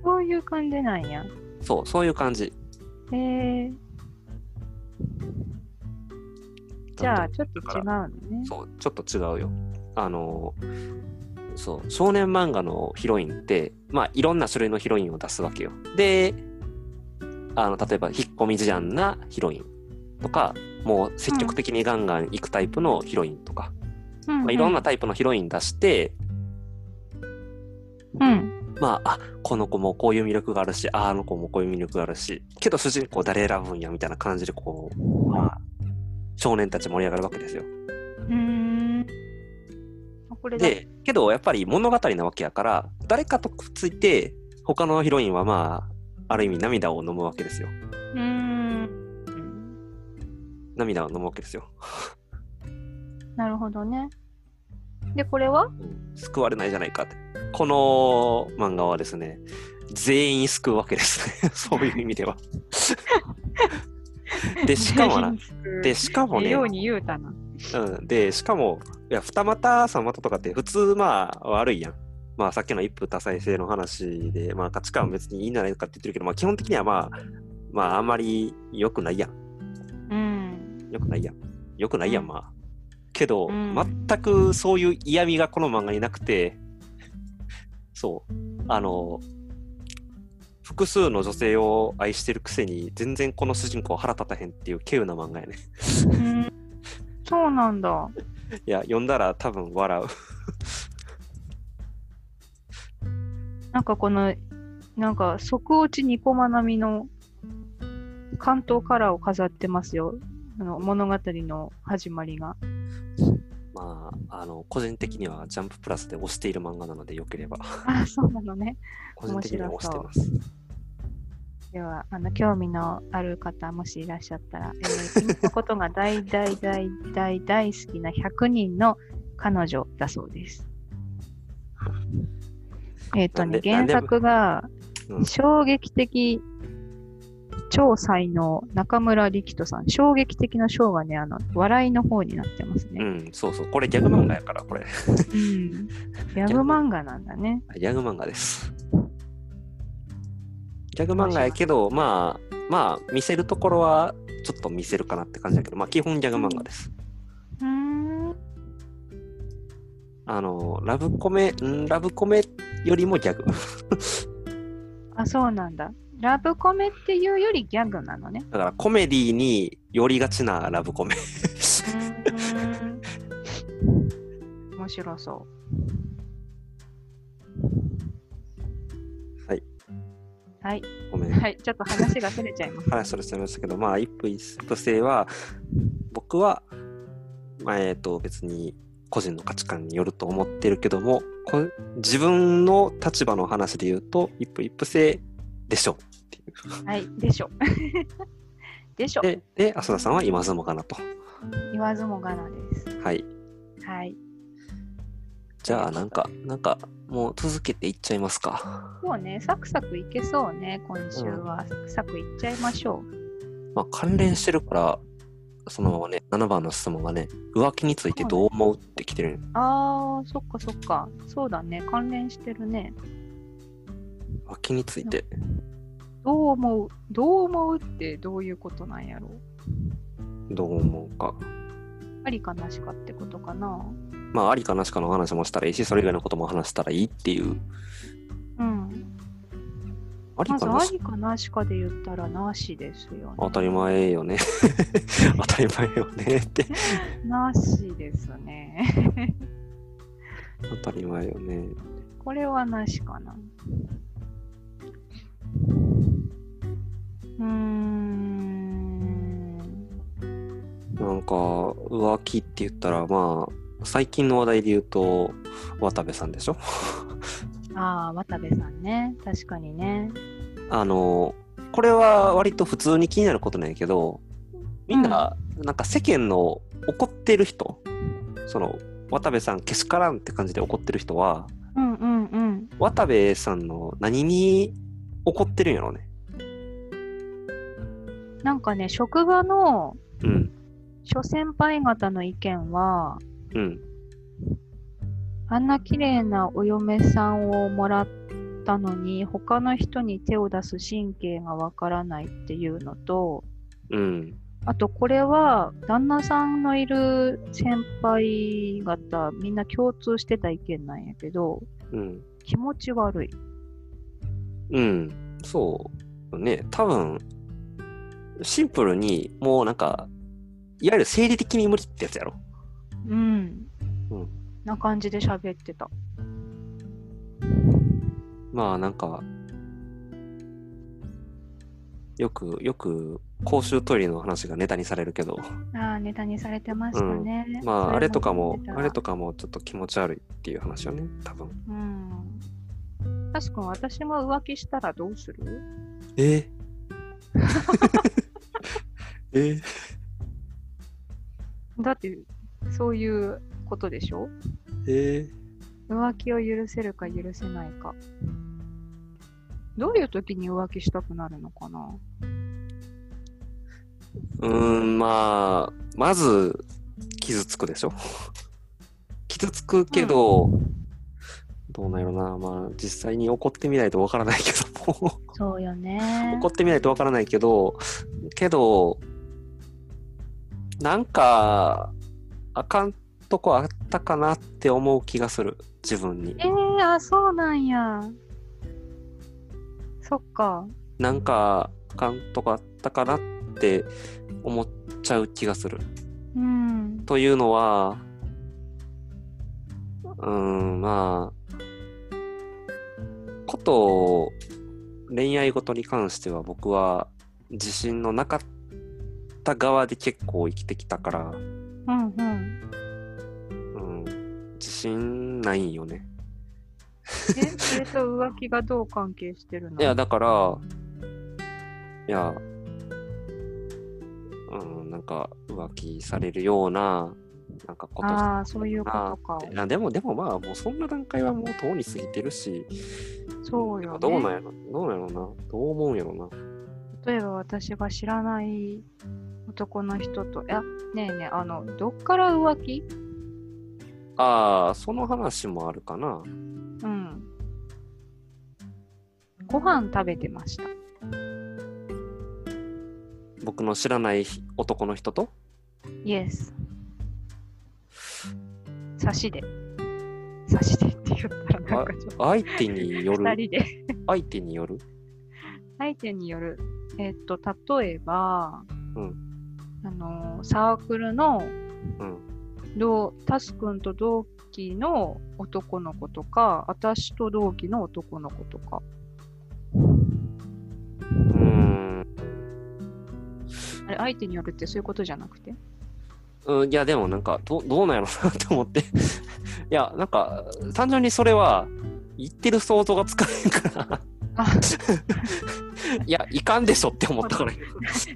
[SPEAKER 2] そういう感じなんや。
[SPEAKER 1] そう、そういう感じ。
[SPEAKER 2] えー、じゃ
[SPEAKER 1] な
[SPEAKER 2] あ
[SPEAKER 1] んと
[SPEAKER 2] ちょっと違うのね。
[SPEAKER 1] そう、ちょっと違うよ。あの、そう、少年漫画のヒロインって、まあ、いろんな種類のヒロインを出すわけよ。で、あの、例えば、引っ込み思案なヒロインとか、もう積極的にガンガン行くタイプのヒロインとか、
[SPEAKER 2] うん
[SPEAKER 1] まあ、いろんなタイプのヒロイン出して、
[SPEAKER 2] うん。
[SPEAKER 1] まあ、あこの子もこういう魅力があるし、ああの子もこういう魅力があるし、けど主人公誰選ぶんやみたいな感じで、こう、まあ、少年たち盛り上がるわけですよ。
[SPEAKER 2] うん。あこれだ。
[SPEAKER 1] で、けどやっぱり物語なわけやから、誰かとくっついて、他のヒロインはまあ、ある意味涙を飲むわけですよ。
[SPEAKER 2] うーん。
[SPEAKER 1] 涙を飲むわけですよ。
[SPEAKER 2] なるほどね。で、これは
[SPEAKER 1] うん救われないじゃないかって。この漫画はですね、全員救うわけですね。 <laughs> そういう意味で
[SPEAKER 2] <laughs>
[SPEAKER 1] は。で、しかもな、で、しかも
[SPEAKER 2] ええ
[SPEAKER 1] ね、
[SPEAKER 2] ように言うたな。
[SPEAKER 1] うん、でしかもいや二股三股とかって普通まあ悪いやん。まあさっきの一夫多妻制の話で、まあ、価値観は別にいいんじゃないかって言ってるけど、まあ、基本的にはまあ、まあ、あんまり良くないやん。
[SPEAKER 2] うん。
[SPEAKER 1] 良くないやん。良くないやん、まあ。けど、
[SPEAKER 2] うん
[SPEAKER 1] 全くそういう嫌味がこの漫画になくて、そう、あの、複数の女性を愛してるくせに、全然この主人公は腹立たへんっていう稀有な漫画やね。
[SPEAKER 2] うんそうなんだ。
[SPEAKER 1] いや、読んだら多分笑う。
[SPEAKER 2] なんかこの、なんか即落ちニコマナミの関東カラーを飾ってますよ。あの物語の始まりが。
[SPEAKER 1] まあ、あの個人的にはジャンププラスで推している漫画なのでよければ
[SPEAKER 2] あ、そうなのね。
[SPEAKER 1] 個人的には推してま
[SPEAKER 2] 面
[SPEAKER 1] す。
[SPEAKER 2] では、あの、興味のある方、もしいらっしゃったら、えー、君のことが大大大大大好きな100人の彼女だそうです。えっ、とね、
[SPEAKER 1] なん
[SPEAKER 2] 原
[SPEAKER 1] で
[SPEAKER 2] 作が
[SPEAKER 1] うん、
[SPEAKER 2] 衝撃的、超才能、中村力人さん。衝撃的な章がね、あの、笑いの方になってます
[SPEAKER 1] う
[SPEAKER 2] ね。
[SPEAKER 1] ん、そうそう。これギャグ漫画やから、これ。
[SPEAKER 2] うん。ギャグ漫画なんだね。
[SPEAKER 1] ギャグ漫画です。ギャグ漫画やけど、まあ、まあ、見せるところはちょっと見せるかなって感じだけど、まあ、基本ギャグ漫画です。
[SPEAKER 2] うーん。
[SPEAKER 1] あの、ラブコメ、んラブコメよりもギャグ。
[SPEAKER 2] あ、そうなんだ。ラブコメっていうよりギャグなのね。
[SPEAKER 1] だからコメディに寄りがちなラブコメ。 <laughs>
[SPEAKER 2] 面白そ
[SPEAKER 1] はい、
[SPEAKER 2] う。はい。
[SPEAKER 1] ごめん。
[SPEAKER 2] はい。ちょっと話がずれちゃいます。
[SPEAKER 1] 話それちゃいましたけど、まあ、一夫一夫制は、僕は、まあ、えっ、と、別に個人の価値観によると思ってるけども、こ自分の立場の話で言うと、一夫一夫制でしょっていう。
[SPEAKER 2] はい。でしょ。 <laughs> でしょ。
[SPEAKER 1] で、で浅田さんは今ずもかなと。
[SPEAKER 2] 言わずもがなです。
[SPEAKER 1] はい。
[SPEAKER 2] はい。
[SPEAKER 1] じゃあ、なんか、なんか、もう続けていっちゃいますか。
[SPEAKER 2] もうね、サクサクいけそうね、今週は。サクサクいっちゃいましょう。
[SPEAKER 1] まあ、関連してるから、そのままね、7番の質問がね、浮気についてどう思うって来てる。
[SPEAKER 2] あー、そっかそっか。そうだね、関連してるね。
[SPEAKER 1] 浮気について。
[SPEAKER 2] どう思うどう思うってどういうことなんやろう
[SPEAKER 1] どう思うか。
[SPEAKER 2] ありかなしかってことかな
[SPEAKER 1] まあ、ありかなしかの話もしたらいいし、それ以外のことも話したらいいっていう、
[SPEAKER 2] うん。
[SPEAKER 1] ありか
[SPEAKER 2] まず
[SPEAKER 1] な
[SPEAKER 2] あ
[SPEAKER 1] し
[SPEAKER 2] りかなしかで言ったらなしですよね。
[SPEAKER 1] 当たり前よね。 <laughs> 当たり前よねって。
[SPEAKER 2] なしですね。
[SPEAKER 1] 当たり前よね。
[SPEAKER 2] これはなしかな。うーん。
[SPEAKER 1] なんか、浮気って言ったら、まあ、最近の話題で言うと、渡部さんでしょ <laughs>
[SPEAKER 2] ああ、渡部さんね。確かにね。
[SPEAKER 1] あの、これは割と普通に気になることなんやけど、みんな、なんか世間の怒ってる人、その、渡部さんけしからんって感じで怒ってる人は、
[SPEAKER 2] うんうんうん。
[SPEAKER 1] 渡部さんの何に怒ってるんやろうね。
[SPEAKER 2] なんかね、職場の
[SPEAKER 1] うん、
[SPEAKER 2] 諸先輩方の意見は、
[SPEAKER 1] うん、
[SPEAKER 2] あんな綺麗なお嫁さんをもらったのに、他の人に手を出す神経がわからないっていうのと、
[SPEAKER 1] うん、
[SPEAKER 2] あとこれは旦那さんのいる先輩方みんな共通してた意見なんやけど
[SPEAKER 1] うん。
[SPEAKER 2] 気持ち悪い。
[SPEAKER 1] うん、そうよね。多分、シンプルに、もうなんか、いわゆる生理的に無理ってやつやろ。
[SPEAKER 2] うん。
[SPEAKER 1] うん
[SPEAKER 2] な感じで喋ってた。
[SPEAKER 1] まあなんか、よく、よく、公衆トイレの話がネタにされるけど、
[SPEAKER 2] ああ、ネタにされてましたね。
[SPEAKER 1] まああれとかも、あれ
[SPEAKER 2] か。
[SPEAKER 1] とかもちょっと気持ち悪いっていう話よね、多分。
[SPEAKER 2] うん。確かに私が浮気したらどうする
[SPEAKER 1] え <laughs> え
[SPEAKER 2] だって、そういうことでしょ
[SPEAKER 1] え
[SPEAKER 2] 浮気を許せるか許せないか。どういう時に浮気したくなるのかな
[SPEAKER 1] うーん、まあ、まず、傷つくでしょ <laughs> 傷つくけど、どうなんやろな、まあ、実際に怒ってみないとわからないけども、 <laughs>
[SPEAKER 2] そうよね
[SPEAKER 1] 怒ってみないとわからないけど、けど、なんか、あかんとこあったかなって思う気がする、自分に。
[SPEAKER 2] えー、あ、そうなんや。そっか。
[SPEAKER 1] なんか、あかんとこあったかなって思っちゃう気がする。
[SPEAKER 2] うん。
[SPEAKER 1] というのは、うーん、まあ、こと、恋愛事に関しては僕は自信のなかった側で結構生きてきたから、
[SPEAKER 2] うんうん。
[SPEAKER 1] うん、自信ないんよね。
[SPEAKER 2] <laughs> え、それと浮気がどう関係してるの
[SPEAKER 1] いや、だから、いや、うん、なんか浮気されるような、なんかこと
[SPEAKER 2] ああ、そういうことか
[SPEAKER 1] っ。てあでも、でもまあ、もうそんな段階はもうとうに過ぎてるし、
[SPEAKER 2] そうよ、ね。
[SPEAKER 1] どうなんやろ、どうなんやろな、どう思うんやろな。
[SPEAKER 2] 例えば私が知らない男の人と、いや、ねえねえ、あの、どっから浮気
[SPEAKER 1] ああ、その話もあるかな。
[SPEAKER 2] うん。ご飯食べてました。
[SPEAKER 1] 僕の知らない男の人と、
[SPEAKER 2] イエス。刺しで。刺しでって言ったらなんかちょっ
[SPEAKER 1] 相手によ
[SPEAKER 2] と二
[SPEAKER 1] る、
[SPEAKER 2] 人で。
[SPEAKER 1] 相手による。
[SPEAKER 2] 相手による、えっと例えば、
[SPEAKER 1] うん
[SPEAKER 2] あのサークルの
[SPEAKER 1] うん。
[SPEAKER 2] 同タス君と同期の男の子とか私と同期の男の子とか
[SPEAKER 1] うーん
[SPEAKER 2] あれ相手によるってそういうことじゃ
[SPEAKER 1] <laughs>
[SPEAKER 2] なくて
[SPEAKER 1] うん。いや、でもなんか、どどうなんやろなって思って。い <laughs> や、なんか、単純にそれは、言ってる想像がつかないから。
[SPEAKER 2] あ
[SPEAKER 1] <laughs> いや、いかんでしょって思った
[SPEAKER 2] <laughs>
[SPEAKER 1] から。い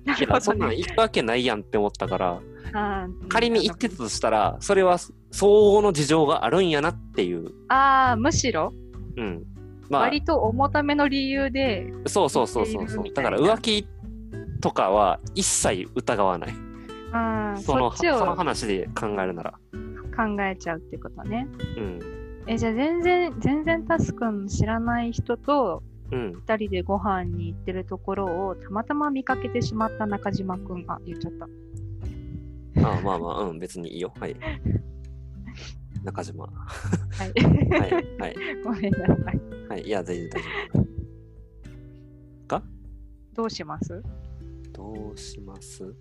[SPEAKER 2] な
[SPEAKER 1] や、そんなん行くわけないやんって思ったから。
[SPEAKER 2] あー
[SPEAKER 1] 仮に言ってたとしたら、それは相応の事情があるんやなっていう。
[SPEAKER 2] あーむしろ
[SPEAKER 1] うん。ま
[SPEAKER 2] 割と重ための理由で
[SPEAKER 1] あ、そうそうそうそうそう。だから浮気とかは一切疑わない。
[SPEAKER 2] うん
[SPEAKER 1] そ
[SPEAKER 2] そ
[SPEAKER 1] の
[SPEAKER 2] っち
[SPEAKER 1] その
[SPEAKER 2] を考
[SPEAKER 1] 話で考えるなら。
[SPEAKER 2] えちゃうってことね
[SPEAKER 1] うん。
[SPEAKER 2] えじゃあ全然全然タス君知らない人と <laughs>
[SPEAKER 1] うん。
[SPEAKER 2] 二人でご飯に行ってるところをたまたま見かけてしまった中島くんあ言っちゃった
[SPEAKER 1] ああまあまあ、うん、別にいいよ。はい。中島。は
[SPEAKER 2] は
[SPEAKER 1] <laughs>
[SPEAKER 2] い
[SPEAKER 1] い。はい。
[SPEAKER 2] ごめんなさい
[SPEAKER 1] はい。いや、大丈夫、大丈
[SPEAKER 2] どうします
[SPEAKER 1] どうします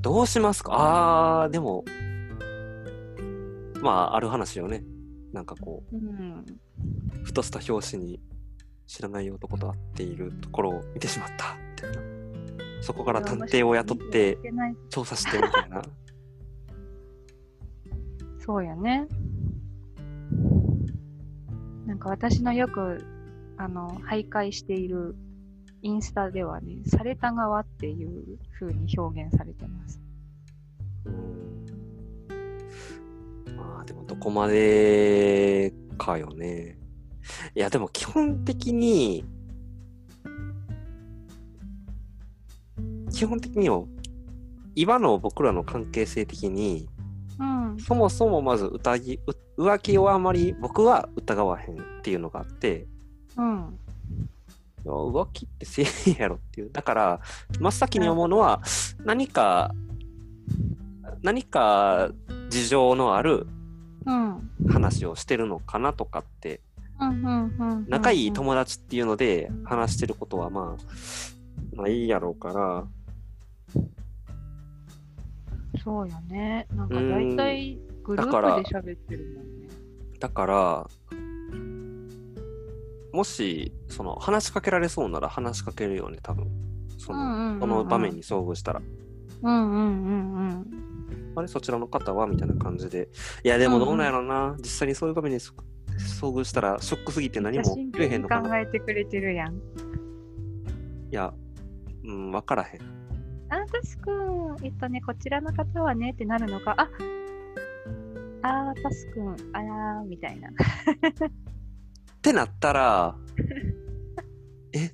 [SPEAKER 1] どうしますかあー、でも、まあ、ある話よね。なんかこ
[SPEAKER 2] うん
[SPEAKER 1] う、ふとした表紙に知らない男と会っているところを見てしまった、みたいな。そこから探偵を雇って
[SPEAKER 2] いけない
[SPEAKER 1] 調査して、みた
[SPEAKER 2] <laughs>
[SPEAKER 1] いな。
[SPEAKER 2] そうやね。なんか私のよく、あの、徘徊しているインスタではね、された側っていう風に表現されてます。
[SPEAKER 1] うんまあでもどこまでかよね。いやでも基本的に、基本的によ、今の僕らの関係性的に、
[SPEAKER 2] うん。
[SPEAKER 1] そもそもまず疑いう浮気をあまり僕は疑わへんっていうのがあって、
[SPEAKER 2] うん。
[SPEAKER 1] いや浮気ってせえへんやろっていう。だから、真っ先に思うのは、何か、何か事情のある
[SPEAKER 2] うん。うん。
[SPEAKER 1] 話をしてるのかなとかって、
[SPEAKER 2] うん。うん。
[SPEAKER 1] 仲いい
[SPEAKER 2] 友
[SPEAKER 1] 友達っていうので話してることはまあ、ないやろうから、
[SPEAKER 2] そうよね。なんか大体グル
[SPEAKER 1] だから
[SPEAKER 2] ープで喋ってるもんね。
[SPEAKER 1] だから、もし、その、話しかけられそうなら話しかけるよね、多分。その、
[SPEAKER 2] うんうんうんうん
[SPEAKER 1] この場面に遭遇したら。
[SPEAKER 2] うんうんうんうん。
[SPEAKER 1] あれ、そちらの方はみたいな感じで。いや、でもどうなんやろうな。実際にそういう場面にそ遭遇したら、ショックすぎて何も
[SPEAKER 2] 真
[SPEAKER 1] 言えへ
[SPEAKER 2] 剣
[SPEAKER 1] んの
[SPEAKER 2] に考
[SPEAKER 1] かな。い
[SPEAKER 2] えてくれてるやん。
[SPEAKER 1] や、うん、わからへん。
[SPEAKER 2] あ、たすくん、えっとね、こちらの方はねってなるのか、ああー、たすくん、あらー、みたい
[SPEAKER 1] っ
[SPEAKER 2] な。
[SPEAKER 1] てなった
[SPEAKER 2] <laughs>
[SPEAKER 1] ら、えっ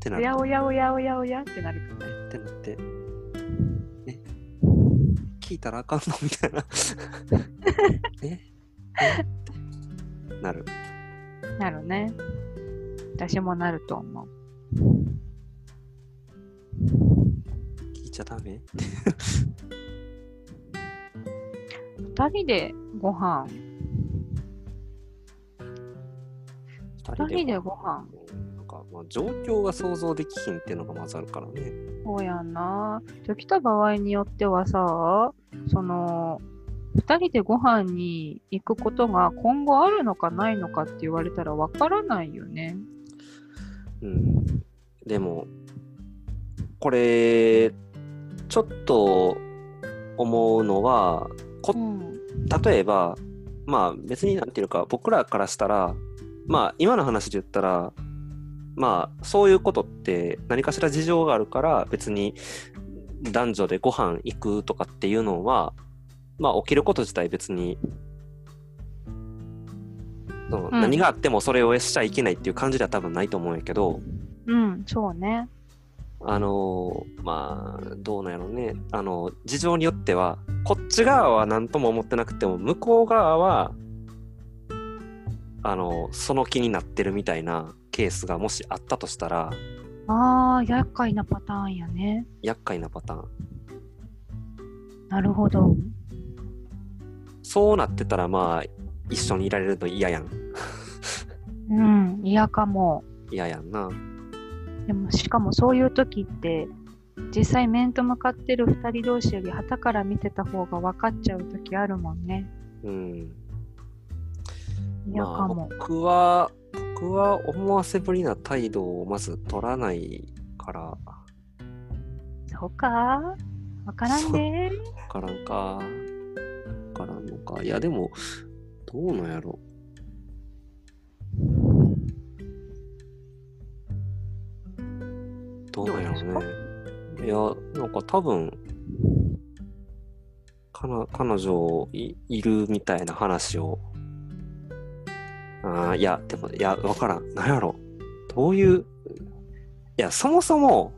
[SPEAKER 1] てな
[SPEAKER 2] お
[SPEAKER 1] る
[SPEAKER 2] やおやおやおやおやってなるか
[SPEAKER 1] えってなって、え聞いたらあかんのみたい
[SPEAKER 2] <laughs>
[SPEAKER 1] な。ええなる。
[SPEAKER 2] ら。なるね。私もなると思う。
[SPEAKER 1] 聞いちゃダメ
[SPEAKER 2] 二人でご飯、二人でご飯。
[SPEAKER 1] なんか、まあ、状況が想像できひんっていうのがまずあるからね。
[SPEAKER 2] そうやな。じゃあ来た場合によってはさ、その、2人でご飯に行くことが今後あるのかないのかって言われたらわからないよね。
[SPEAKER 1] うん。でも、これ、ちょっと思うのは、こ
[SPEAKER 2] うん。
[SPEAKER 1] 例えばまあ別になんていうか僕らからしたらまあ今の話で言ったらまあそういうことって何かしら事情があるから別に男女でご飯行くとかっていうのはまあ起きること自体別にその
[SPEAKER 2] うん
[SPEAKER 1] 何があってもそれをしちゃいけないっていう感じでは多分ないと思うんやけど、
[SPEAKER 2] うん、そうね。
[SPEAKER 1] あのーまあどうなんやろうねあの事情によってはこっち側は何とも思ってなくても向こう側はあのその気になってるみたいなケースがもしあったとしたら
[SPEAKER 2] ああ、厄介なパターンやね。
[SPEAKER 1] 厄介なパターン
[SPEAKER 2] なるほど。
[SPEAKER 1] そうなってたらまあ一緒にいられると嫌やん
[SPEAKER 2] うん、嫌かも。
[SPEAKER 1] 嫌やんな
[SPEAKER 2] でも、しかもそういう時って、実際面と向かってる2人同士より旗から見てた方が分かっちゃう時あるもんね。
[SPEAKER 1] うん
[SPEAKER 2] 嫌かも。
[SPEAKER 1] まあ、僕は僕は思わせぶりな態度をまず取らないから
[SPEAKER 2] そうかわからんでー。
[SPEAKER 1] わからんか。わからんのか。いや、でも、どうなんやろ。どうなんや
[SPEAKER 2] どう
[SPEAKER 1] ろね。いや、なんか多分、かな彼女いいるみたいな話を。ああ、いや、でも、いや、わからん。なんやろ。どういう、いや、そもそも、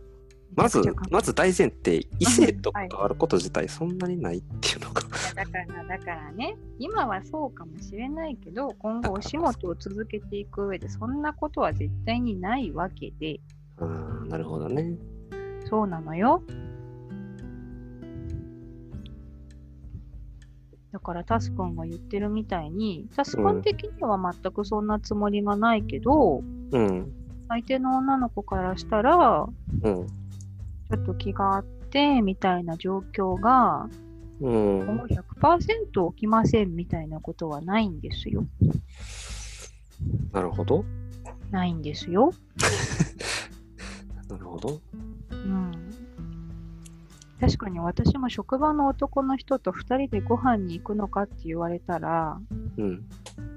[SPEAKER 1] まず
[SPEAKER 2] めちゃくちゃか、
[SPEAKER 1] まず大前提、異性と
[SPEAKER 2] はい
[SPEAKER 1] 関わること自体そんなにないっていうのが、
[SPEAKER 2] だから、だからね、今はそうかもしれないけど、今後お仕事を続けていく上で、そんなことは絶対にないわけで、
[SPEAKER 1] <laughs> あーなるほどね。
[SPEAKER 2] そうなのよ。だから、タスくんが言ってるみたいに、タスくん的には全くそんなつもりがないけど、
[SPEAKER 1] うん。
[SPEAKER 2] 相手の女の子からしたら、
[SPEAKER 1] うん。
[SPEAKER 2] ちょっと気があってみたいな状況が、
[SPEAKER 1] うん
[SPEAKER 2] 今。後100%起きませんみたいなことはないんですよ。
[SPEAKER 1] なるほど。
[SPEAKER 2] ないんですよ。
[SPEAKER 1] なるほど。
[SPEAKER 2] うん。確かに私も職場の男の人と2人でご飯に行くのかって言われたら、
[SPEAKER 1] うん。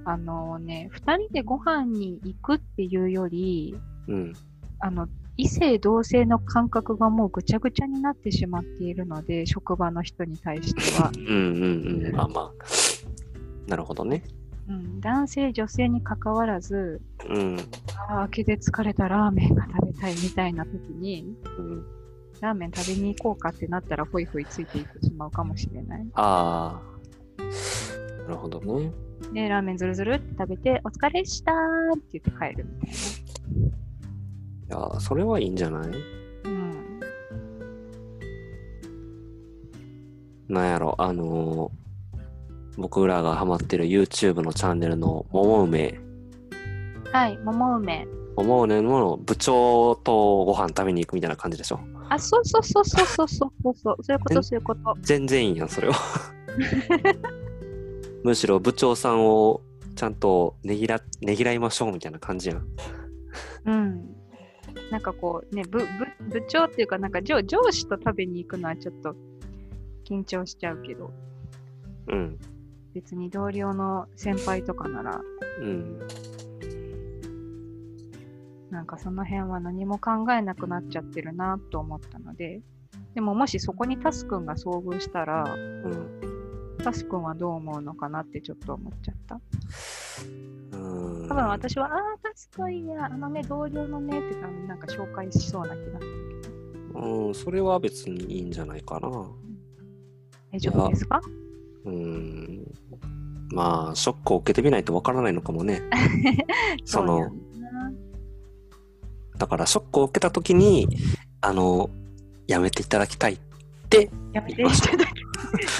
[SPEAKER 2] あのね、2人でご飯に行くっていうより、
[SPEAKER 1] うん。
[SPEAKER 2] あの異性同性の感覚がもうぐちゃぐちゃになってしまっているので職場の人に対しては、
[SPEAKER 1] うんうんうん。まあまあ。なるほどね。
[SPEAKER 2] うん、男性女性に関わらず
[SPEAKER 1] うん。
[SPEAKER 2] あー明けで疲れたラーメンが食べたいみたいな時に
[SPEAKER 1] うん、
[SPEAKER 2] ラーメン食べに行こうかってなったらホイホイついていってしまうかもしれない
[SPEAKER 1] ああ。なるほどね。
[SPEAKER 2] でラーメンズルズルって食べてお疲れっしたーって言って帰るみたい
[SPEAKER 1] いやー、それはいいんじゃない
[SPEAKER 2] な、うん、
[SPEAKER 1] なんやろ、あのー僕らがハマってる YouTube のチャンネルの桃梅、
[SPEAKER 2] はい桃梅
[SPEAKER 1] 桃梅の部長とご飯食べに行くみたいな感じでしょ。
[SPEAKER 2] あそうそうそうそうそうそうそうそうそういうことそういうこと
[SPEAKER 1] 全然いいやん、それは。
[SPEAKER 2] <laughs>
[SPEAKER 1] むしろ部長さんをちゃんとねぎらねぎらいましょうみたいな感じやん。
[SPEAKER 2] うんなんかこうね部部部長っていうかなんか上上司と食べに行くのはちょっと緊張しちゃうけど
[SPEAKER 1] うん。
[SPEAKER 2] 別に同僚の先輩とかなら
[SPEAKER 1] うん。
[SPEAKER 2] なんかその辺は何も考えなくなっちゃってるなと思ったのででももしそこにタスくんが遭遇したら
[SPEAKER 1] うん。
[SPEAKER 2] タスくんはどう思うのかなってちょっと思っちゃった
[SPEAKER 1] うん、
[SPEAKER 2] 多分私は「ああタスくんやあのね同僚のね」って多分なんか紹介しそうな気が
[SPEAKER 1] うん、それは別にいいんじゃないかな。
[SPEAKER 2] 大丈夫ですか
[SPEAKER 1] うん。まあ、ショックを受けてみないとわからないのかも
[SPEAKER 2] <laughs>
[SPEAKER 1] ね。その
[SPEAKER 2] うなんだな
[SPEAKER 1] だからショックを受けた時にあのやめていただきたい
[SPEAKER 2] やめていただきやめてい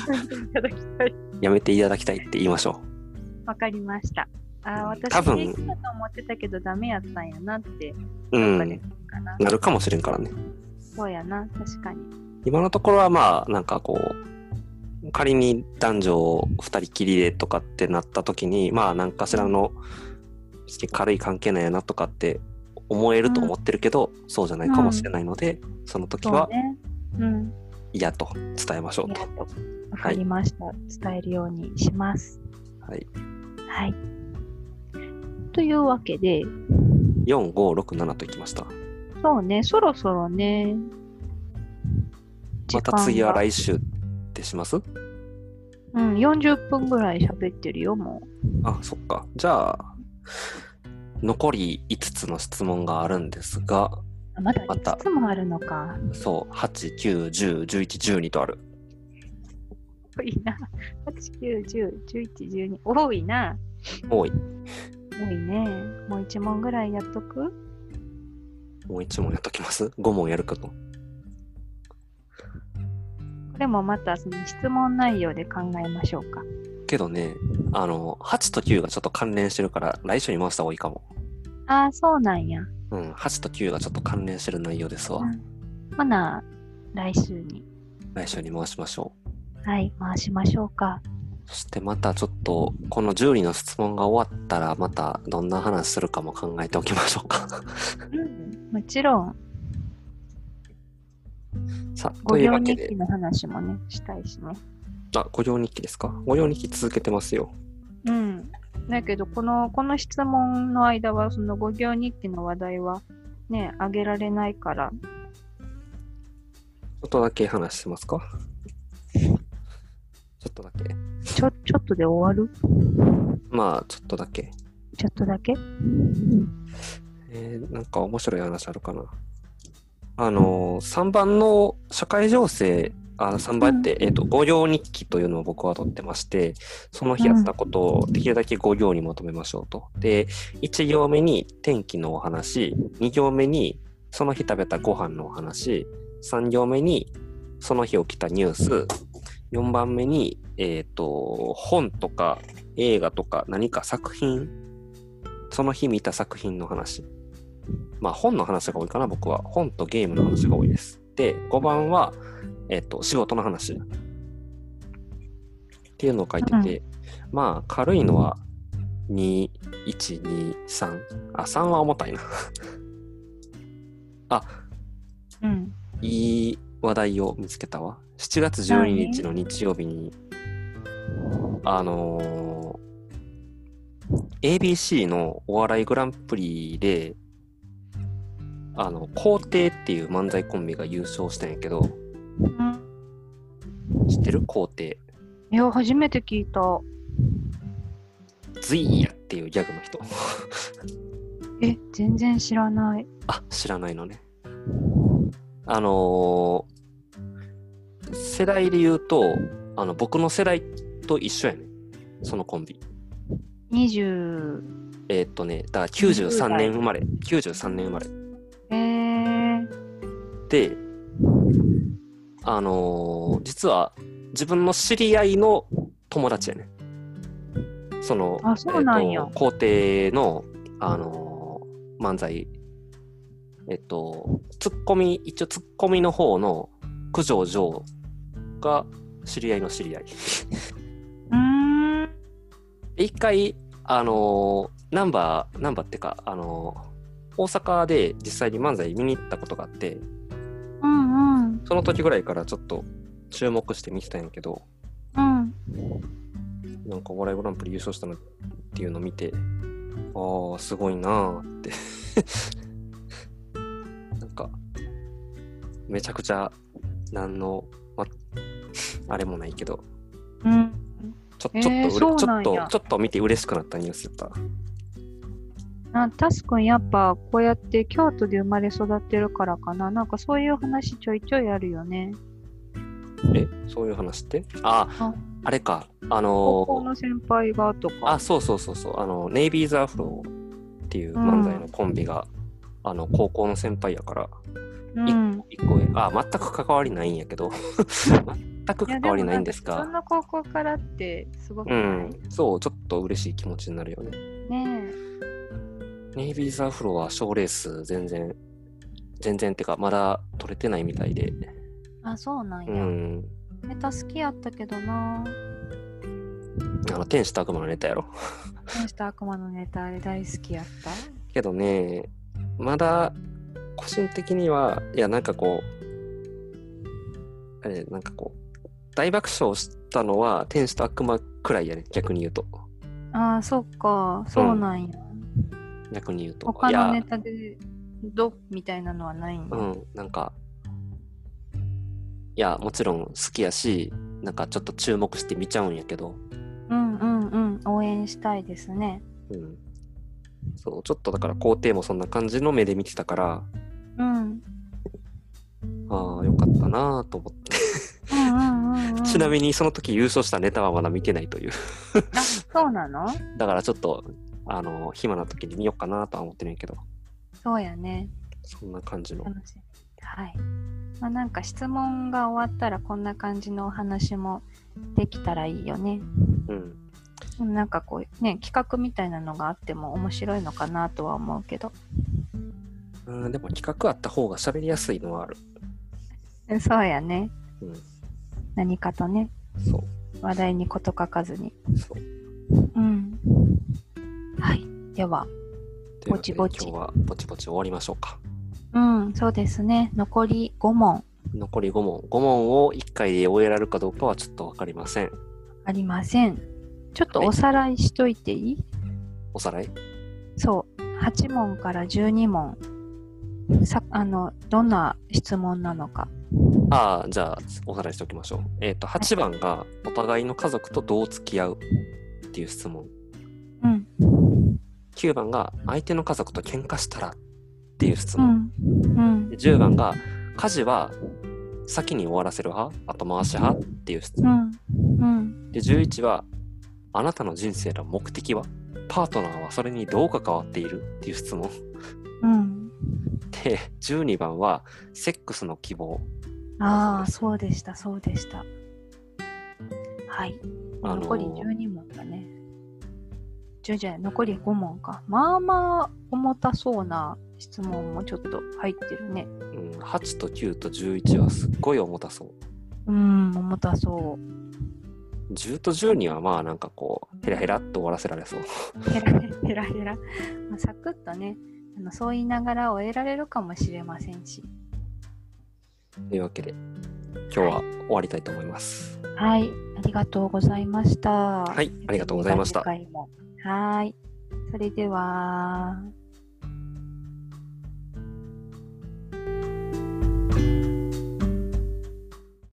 [SPEAKER 2] ただきたい。
[SPEAKER 1] やめていただきたいって言いましょ
[SPEAKER 2] わかりました。あ
[SPEAKER 1] う
[SPEAKER 2] あ、
[SPEAKER 1] ん
[SPEAKER 2] 私
[SPEAKER 1] 多分
[SPEAKER 2] できたと思ってたけどダメやったんやなって、
[SPEAKER 1] う。う
[SPEAKER 2] わかる
[SPEAKER 1] ん、
[SPEAKER 2] かな。
[SPEAKER 1] なるかもしれんからね。
[SPEAKER 2] そうやな、確かに。
[SPEAKER 1] 今のところはまあなんかこう仮に男女2人きりでとかってなった時にまあ何かしらの別に軽い関係なんやなとかって思えると思ってるけど、そうじゃないかもしれないので、その時
[SPEAKER 2] そう
[SPEAKER 1] は
[SPEAKER 2] ね。うん。
[SPEAKER 1] 嫌と伝えましょ
[SPEAKER 2] あ
[SPEAKER 1] う
[SPEAKER 2] り
[SPEAKER 1] と。
[SPEAKER 2] がとう。わかりました、伝えるようにします。
[SPEAKER 1] はい、
[SPEAKER 2] はい。というわけで、
[SPEAKER 1] 4567といきました。
[SPEAKER 2] そうね、そろそろね、
[SPEAKER 1] また次は
[SPEAKER 2] 時
[SPEAKER 1] 来週ってします
[SPEAKER 2] 間がうん、40分ぐらい喋ってるよ、もう。
[SPEAKER 1] あ、そっか。じゃあ、残り5つの質問があるんですが、
[SPEAKER 2] あまだ
[SPEAKER 1] また
[SPEAKER 2] 5つもあるのか。
[SPEAKER 1] そう、8、9、10、11、12とある。
[SPEAKER 2] 多いな。8、9、10、11、12。多いな。
[SPEAKER 1] 多い。
[SPEAKER 2] 多いね。もう1問ぐらいやっとく
[SPEAKER 1] もう1問やっときます。5問やるかと。
[SPEAKER 2] これもまたその質問内容で考えましょうか。
[SPEAKER 1] けどね、あの、8と9がちょっと関連してるから、来週に回した方がいいかも。
[SPEAKER 2] ああ、そうなんや。
[SPEAKER 1] うん、8と9がちょっと関連してる内容ですわ
[SPEAKER 2] う。んほな、来週に。
[SPEAKER 1] 来週に回しましょう。
[SPEAKER 2] はい、回しましょうか。
[SPEAKER 1] そしてまたちょっと、この10人の質問が終わったら、またどんな話するかも考えておきましょうか。 <laughs>
[SPEAKER 2] うん、もちろん、
[SPEAKER 1] さあ、と
[SPEAKER 2] 5
[SPEAKER 1] いう
[SPEAKER 2] 秒
[SPEAKER 1] わけ
[SPEAKER 2] 日
[SPEAKER 1] で
[SPEAKER 2] 記。の話もね、したいしね。
[SPEAKER 1] あ、五行日記ですか。五行日記続けてますよ。
[SPEAKER 2] うん。だけど、この、この質問の間は、その5行日記の話題は、ね、あげられないから、
[SPEAKER 1] ちょっとだけ話しますか。ちょっとだけ。
[SPEAKER 2] ちょ、ちょっとで終わる
[SPEAKER 1] まあ、ちょっとだけ。
[SPEAKER 2] ちょっとだけ
[SPEAKER 1] えーなんか面白い話あるかな。あのー、3番の社会情勢、あ3番って、えっ、と、五行日記というのを僕は取ってまして、その日あったことをできるだけ五行にまとめましょうと。で、1行目に天気のお話、2行目にその日食べたご飯のお話、3行目にその日起きたニュース、4番目に、えっ、と、本とか映画とか何か作品、その日見た作品の話。まあ、本の話が多いかな、僕は。本とゲームの話が多いです。で、5番は、えっと、仕事の話。っていうのを書いてて、まあ、軽いのは、2、1、2、3。あ、3は重たいな。あ、
[SPEAKER 2] うん。
[SPEAKER 1] いい話題を見つけたわ。7月12日の日曜日に、あのー ABC のお笑いグランプリで、あの、皇帝っていう漫才コンビが優勝したんやけど、
[SPEAKER 2] うん
[SPEAKER 1] 知ってる皇帝。
[SPEAKER 2] いや、初めて聞いた。
[SPEAKER 1] ズイヤっていうギャグの人。 <laughs>
[SPEAKER 2] え、全然知らない。
[SPEAKER 1] あ、知らないのね。あのー世代で言うと、あの、僕の世代と一緒やね。そのコンビ。
[SPEAKER 2] 20、
[SPEAKER 1] えーっとね、だから93年生まれ、93年生まれ。
[SPEAKER 2] えー、
[SPEAKER 1] で、あのー実は自分の知り合いの友達やね。その、
[SPEAKER 2] あそうなんや
[SPEAKER 1] えーっと皇帝の、あのー漫才、えっと、ツッコミ、一応ツッコミの方の九条城が知り合いの知り合い。
[SPEAKER 2] うーん、
[SPEAKER 1] で一回、あのー、ナンバー、ナンバーってか、あのー大阪で実際に漫才見に行ったことがあって、
[SPEAKER 2] うん、うん、
[SPEAKER 1] その時ぐらいからちょっと注目して見てたんやけど、
[SPEAKER 2] うん。
[SPEAKER 1] なんかお笑いグランプリ優勝したのっていうのを見て、ああ、すごいなーって。 <laughs> なんか、めちゃくちゃ、なんの、ま、あれもないけど、
[SPEAKER 2] うん
[SPEAKER 1] ちょ
[SPEAKER 2] えー
[SPEAKER 1] ちょっとうれ、
[SPEAKER 2] そう
[SPEAKER 1] ちょ
[SPEAKER 2] な
[SPEAKER 1] っ
[SPEAKER 2] ん
[SPEAKER 1] と、
[SPEAKER 2] や
[SPEAKER 1] ちょっと見て嬉しくなったニュースだった。
[SPEAKER 2] なタスくんやっぱこうやって京都で生まれ育ってるからかななんかそういう話ちょいちょいあるよね
[SPEAKER 1] え、そういう話ってあ
[SPEAKER 2] あ
[SPEAKER 1] あ、あれか、あの
[SPEAKER 2] 高
[SPEAKER 1] ー
[SPEAKER 2] 校の先輩がと
[SPEAKER 1] あ、
[SPEAKER 2] か
[SPEAKER 1] そうそうそうそう。あの、ネイビーズアフロっていう漫才のコンビが、あの、高校の先輩やから、
[SPEAKER 2] うん
[SPEAKER 1] 一個上。あ、全く関わりないんやけど。 <laughs> 全く
[SPEAKER 2] いや
[SPEAKER 1] 関わりないん
[SPEAKER 2] か
[SPEAKER 1] です
[SPEAKER 2] そん
[SPEAKER 1] が。
[SPEAKER 2] な高校からってすごく
[SPEAKER 1] う
[SPEAKER 2] ない、
[SPEAKER 1] ん、そう、ちょっと嬉しい気持ちになるよね。
[SPEAKER 2] ね
[SPEAKER 1] ネイビーズアフロは賞レース全然、全然ってか、まだ取れてないみたいで。
[SPEAKER 2] えあそうなん
[SPEAKER 1] う
[SPEAKER 2] や、
[SPEAKER 1] ん。
[SPEAKER 2] ネタ好きやったけどな
[SPEAKER 1] あの、天使と悪魔のネタやろ。
[SPEAKER 2] 天使と悪魔のネタあれ大好きやった
[SPEAKER 1] けどね、まだ個人的には、いや、なんかこう、あれ、なんかこう、大爆笑したのは天使と悪魔くらいやね、逆に言うと。
[SPEAKER 2] あーそっかそうなんや、
[SPEAKER 1] 逆に言うと。
[SPEAKER 2] 他
[SPEAKER 1] いや
[SPEAKER 2] のネタでどうみたいなのはないんや、
[SPEAKER 1] うん、なんか、いや、もちろん好きやし、なんかちょっと注目して見ちゃうんやけど、
[SPEAKER 2] うん、うんうん応援したいですね
[SPEAKER 1] うん。そう、ちょっとだから皇帝もそんな感じの目で見てたから、
[SPEAKER 2] うん
[SPEAKER 1] ああ、よかったなぁと思って。
[SPEAKER 2] うんうんうんうん
[SPEAKER 1] ちなみにその時優勝したネタはまだ見てないという。
[SPEAKER 2] あそうなの
[SPEAKER 1] だからちょっと、あの、暇な時に見ようかなとは思ってるんやけど、
[SPEAKER 2] そうやね
[SPEAKER 1] そんな感じの。
[SPEAKER 2] 楽しみはい、まあ、なんか質問が終わったらこんな感じのお話もできたらいいよね
[SPEAKER 1] うん。
[SPEAKER 2] なんかこうね企画みたいなのがあっても面白いのかなとは思うけど
[SPEAKER 1] うん、でも企画あった方が喋りやすいのはある。
[SPEAKER 2] そうやね
[SPEAKER 1] うん。
[SPEAKER 2] 何かとね
[SPEAKER 1] そ
[SPEAKER 2] 話題に事欠かずに
[SPEAKER 1] う。そう。
[SPEAKER 2] うんはいでは
[SPEAKER 1] ということで
[SPEAKER 2] ぼちぼち
[SPEAKER 1] 今日はぼちぼち終わりましょうか。
[SPEAKER 2] うんそうですね残り5問
[SPEAKER 1] 残り5問。5問を1回で終えられるかどうかはちょっとわかりません。
[SPEAKER 2] ありませんちょっとおさらいしといていい
[SPEAKER 1] おさらい
[SPEAKER 2] そう8問から12問さあのどんな質問なのか
[SPEAKER 1] ああ、じゃあ、おさらいしておきましょう。えっ、と、8番が、お互いの家族とどう付き合うっていう質問。
[SPEAKER 2] うん
[SPEAKER 1] 9番が、相手の家族と喧嘩したらっていう質
[SPEAKER 2] う
[SPEAKER 1] 問。
[SPEAKER 2] んうん
[SPEAKER 1] で10番が家事は先に終わらせる派後回し派っていう質
[SPEAKER 2] う
[SPEAKER 1] 問
[SPEAKER 2] んうん
[SPEAKER 1] で11はあなたの人生の目的はパートナーはそれにどう関わっているっていう質問
[SPEAKER 2] うん
[SPEAKER 1] で12番はセックスの希望
[SPEAKER 2] ああそうでしたそうでしたはい
[SPEAKER 1] あのー
[SPEAKER 2] 残り12問だね10じゃない残り5問かまあまあ重たそうな質問もちょっと入ってるね。
[SPEAKER 1] うん、8と9と11はすっごい重たそう
[SPEAKER 2] うん、重たそ
[SPEAKER 1] 10と10にはまあなんかこうヘラヘラっと終わらせられそう
[SPEAKER 2] う。ヘラヘラヘラ。まあ、サクッとねあの、そう言いながら終えられるかもしれませんし。
[SPEAKER 1] というわけで今日は終わりたいと思います
[SPEAKER 2] はい、ありがとうございました。
[SPEAKER 1] はいありがとうございました
[SPEAKER 2] 次回もはい。それでは。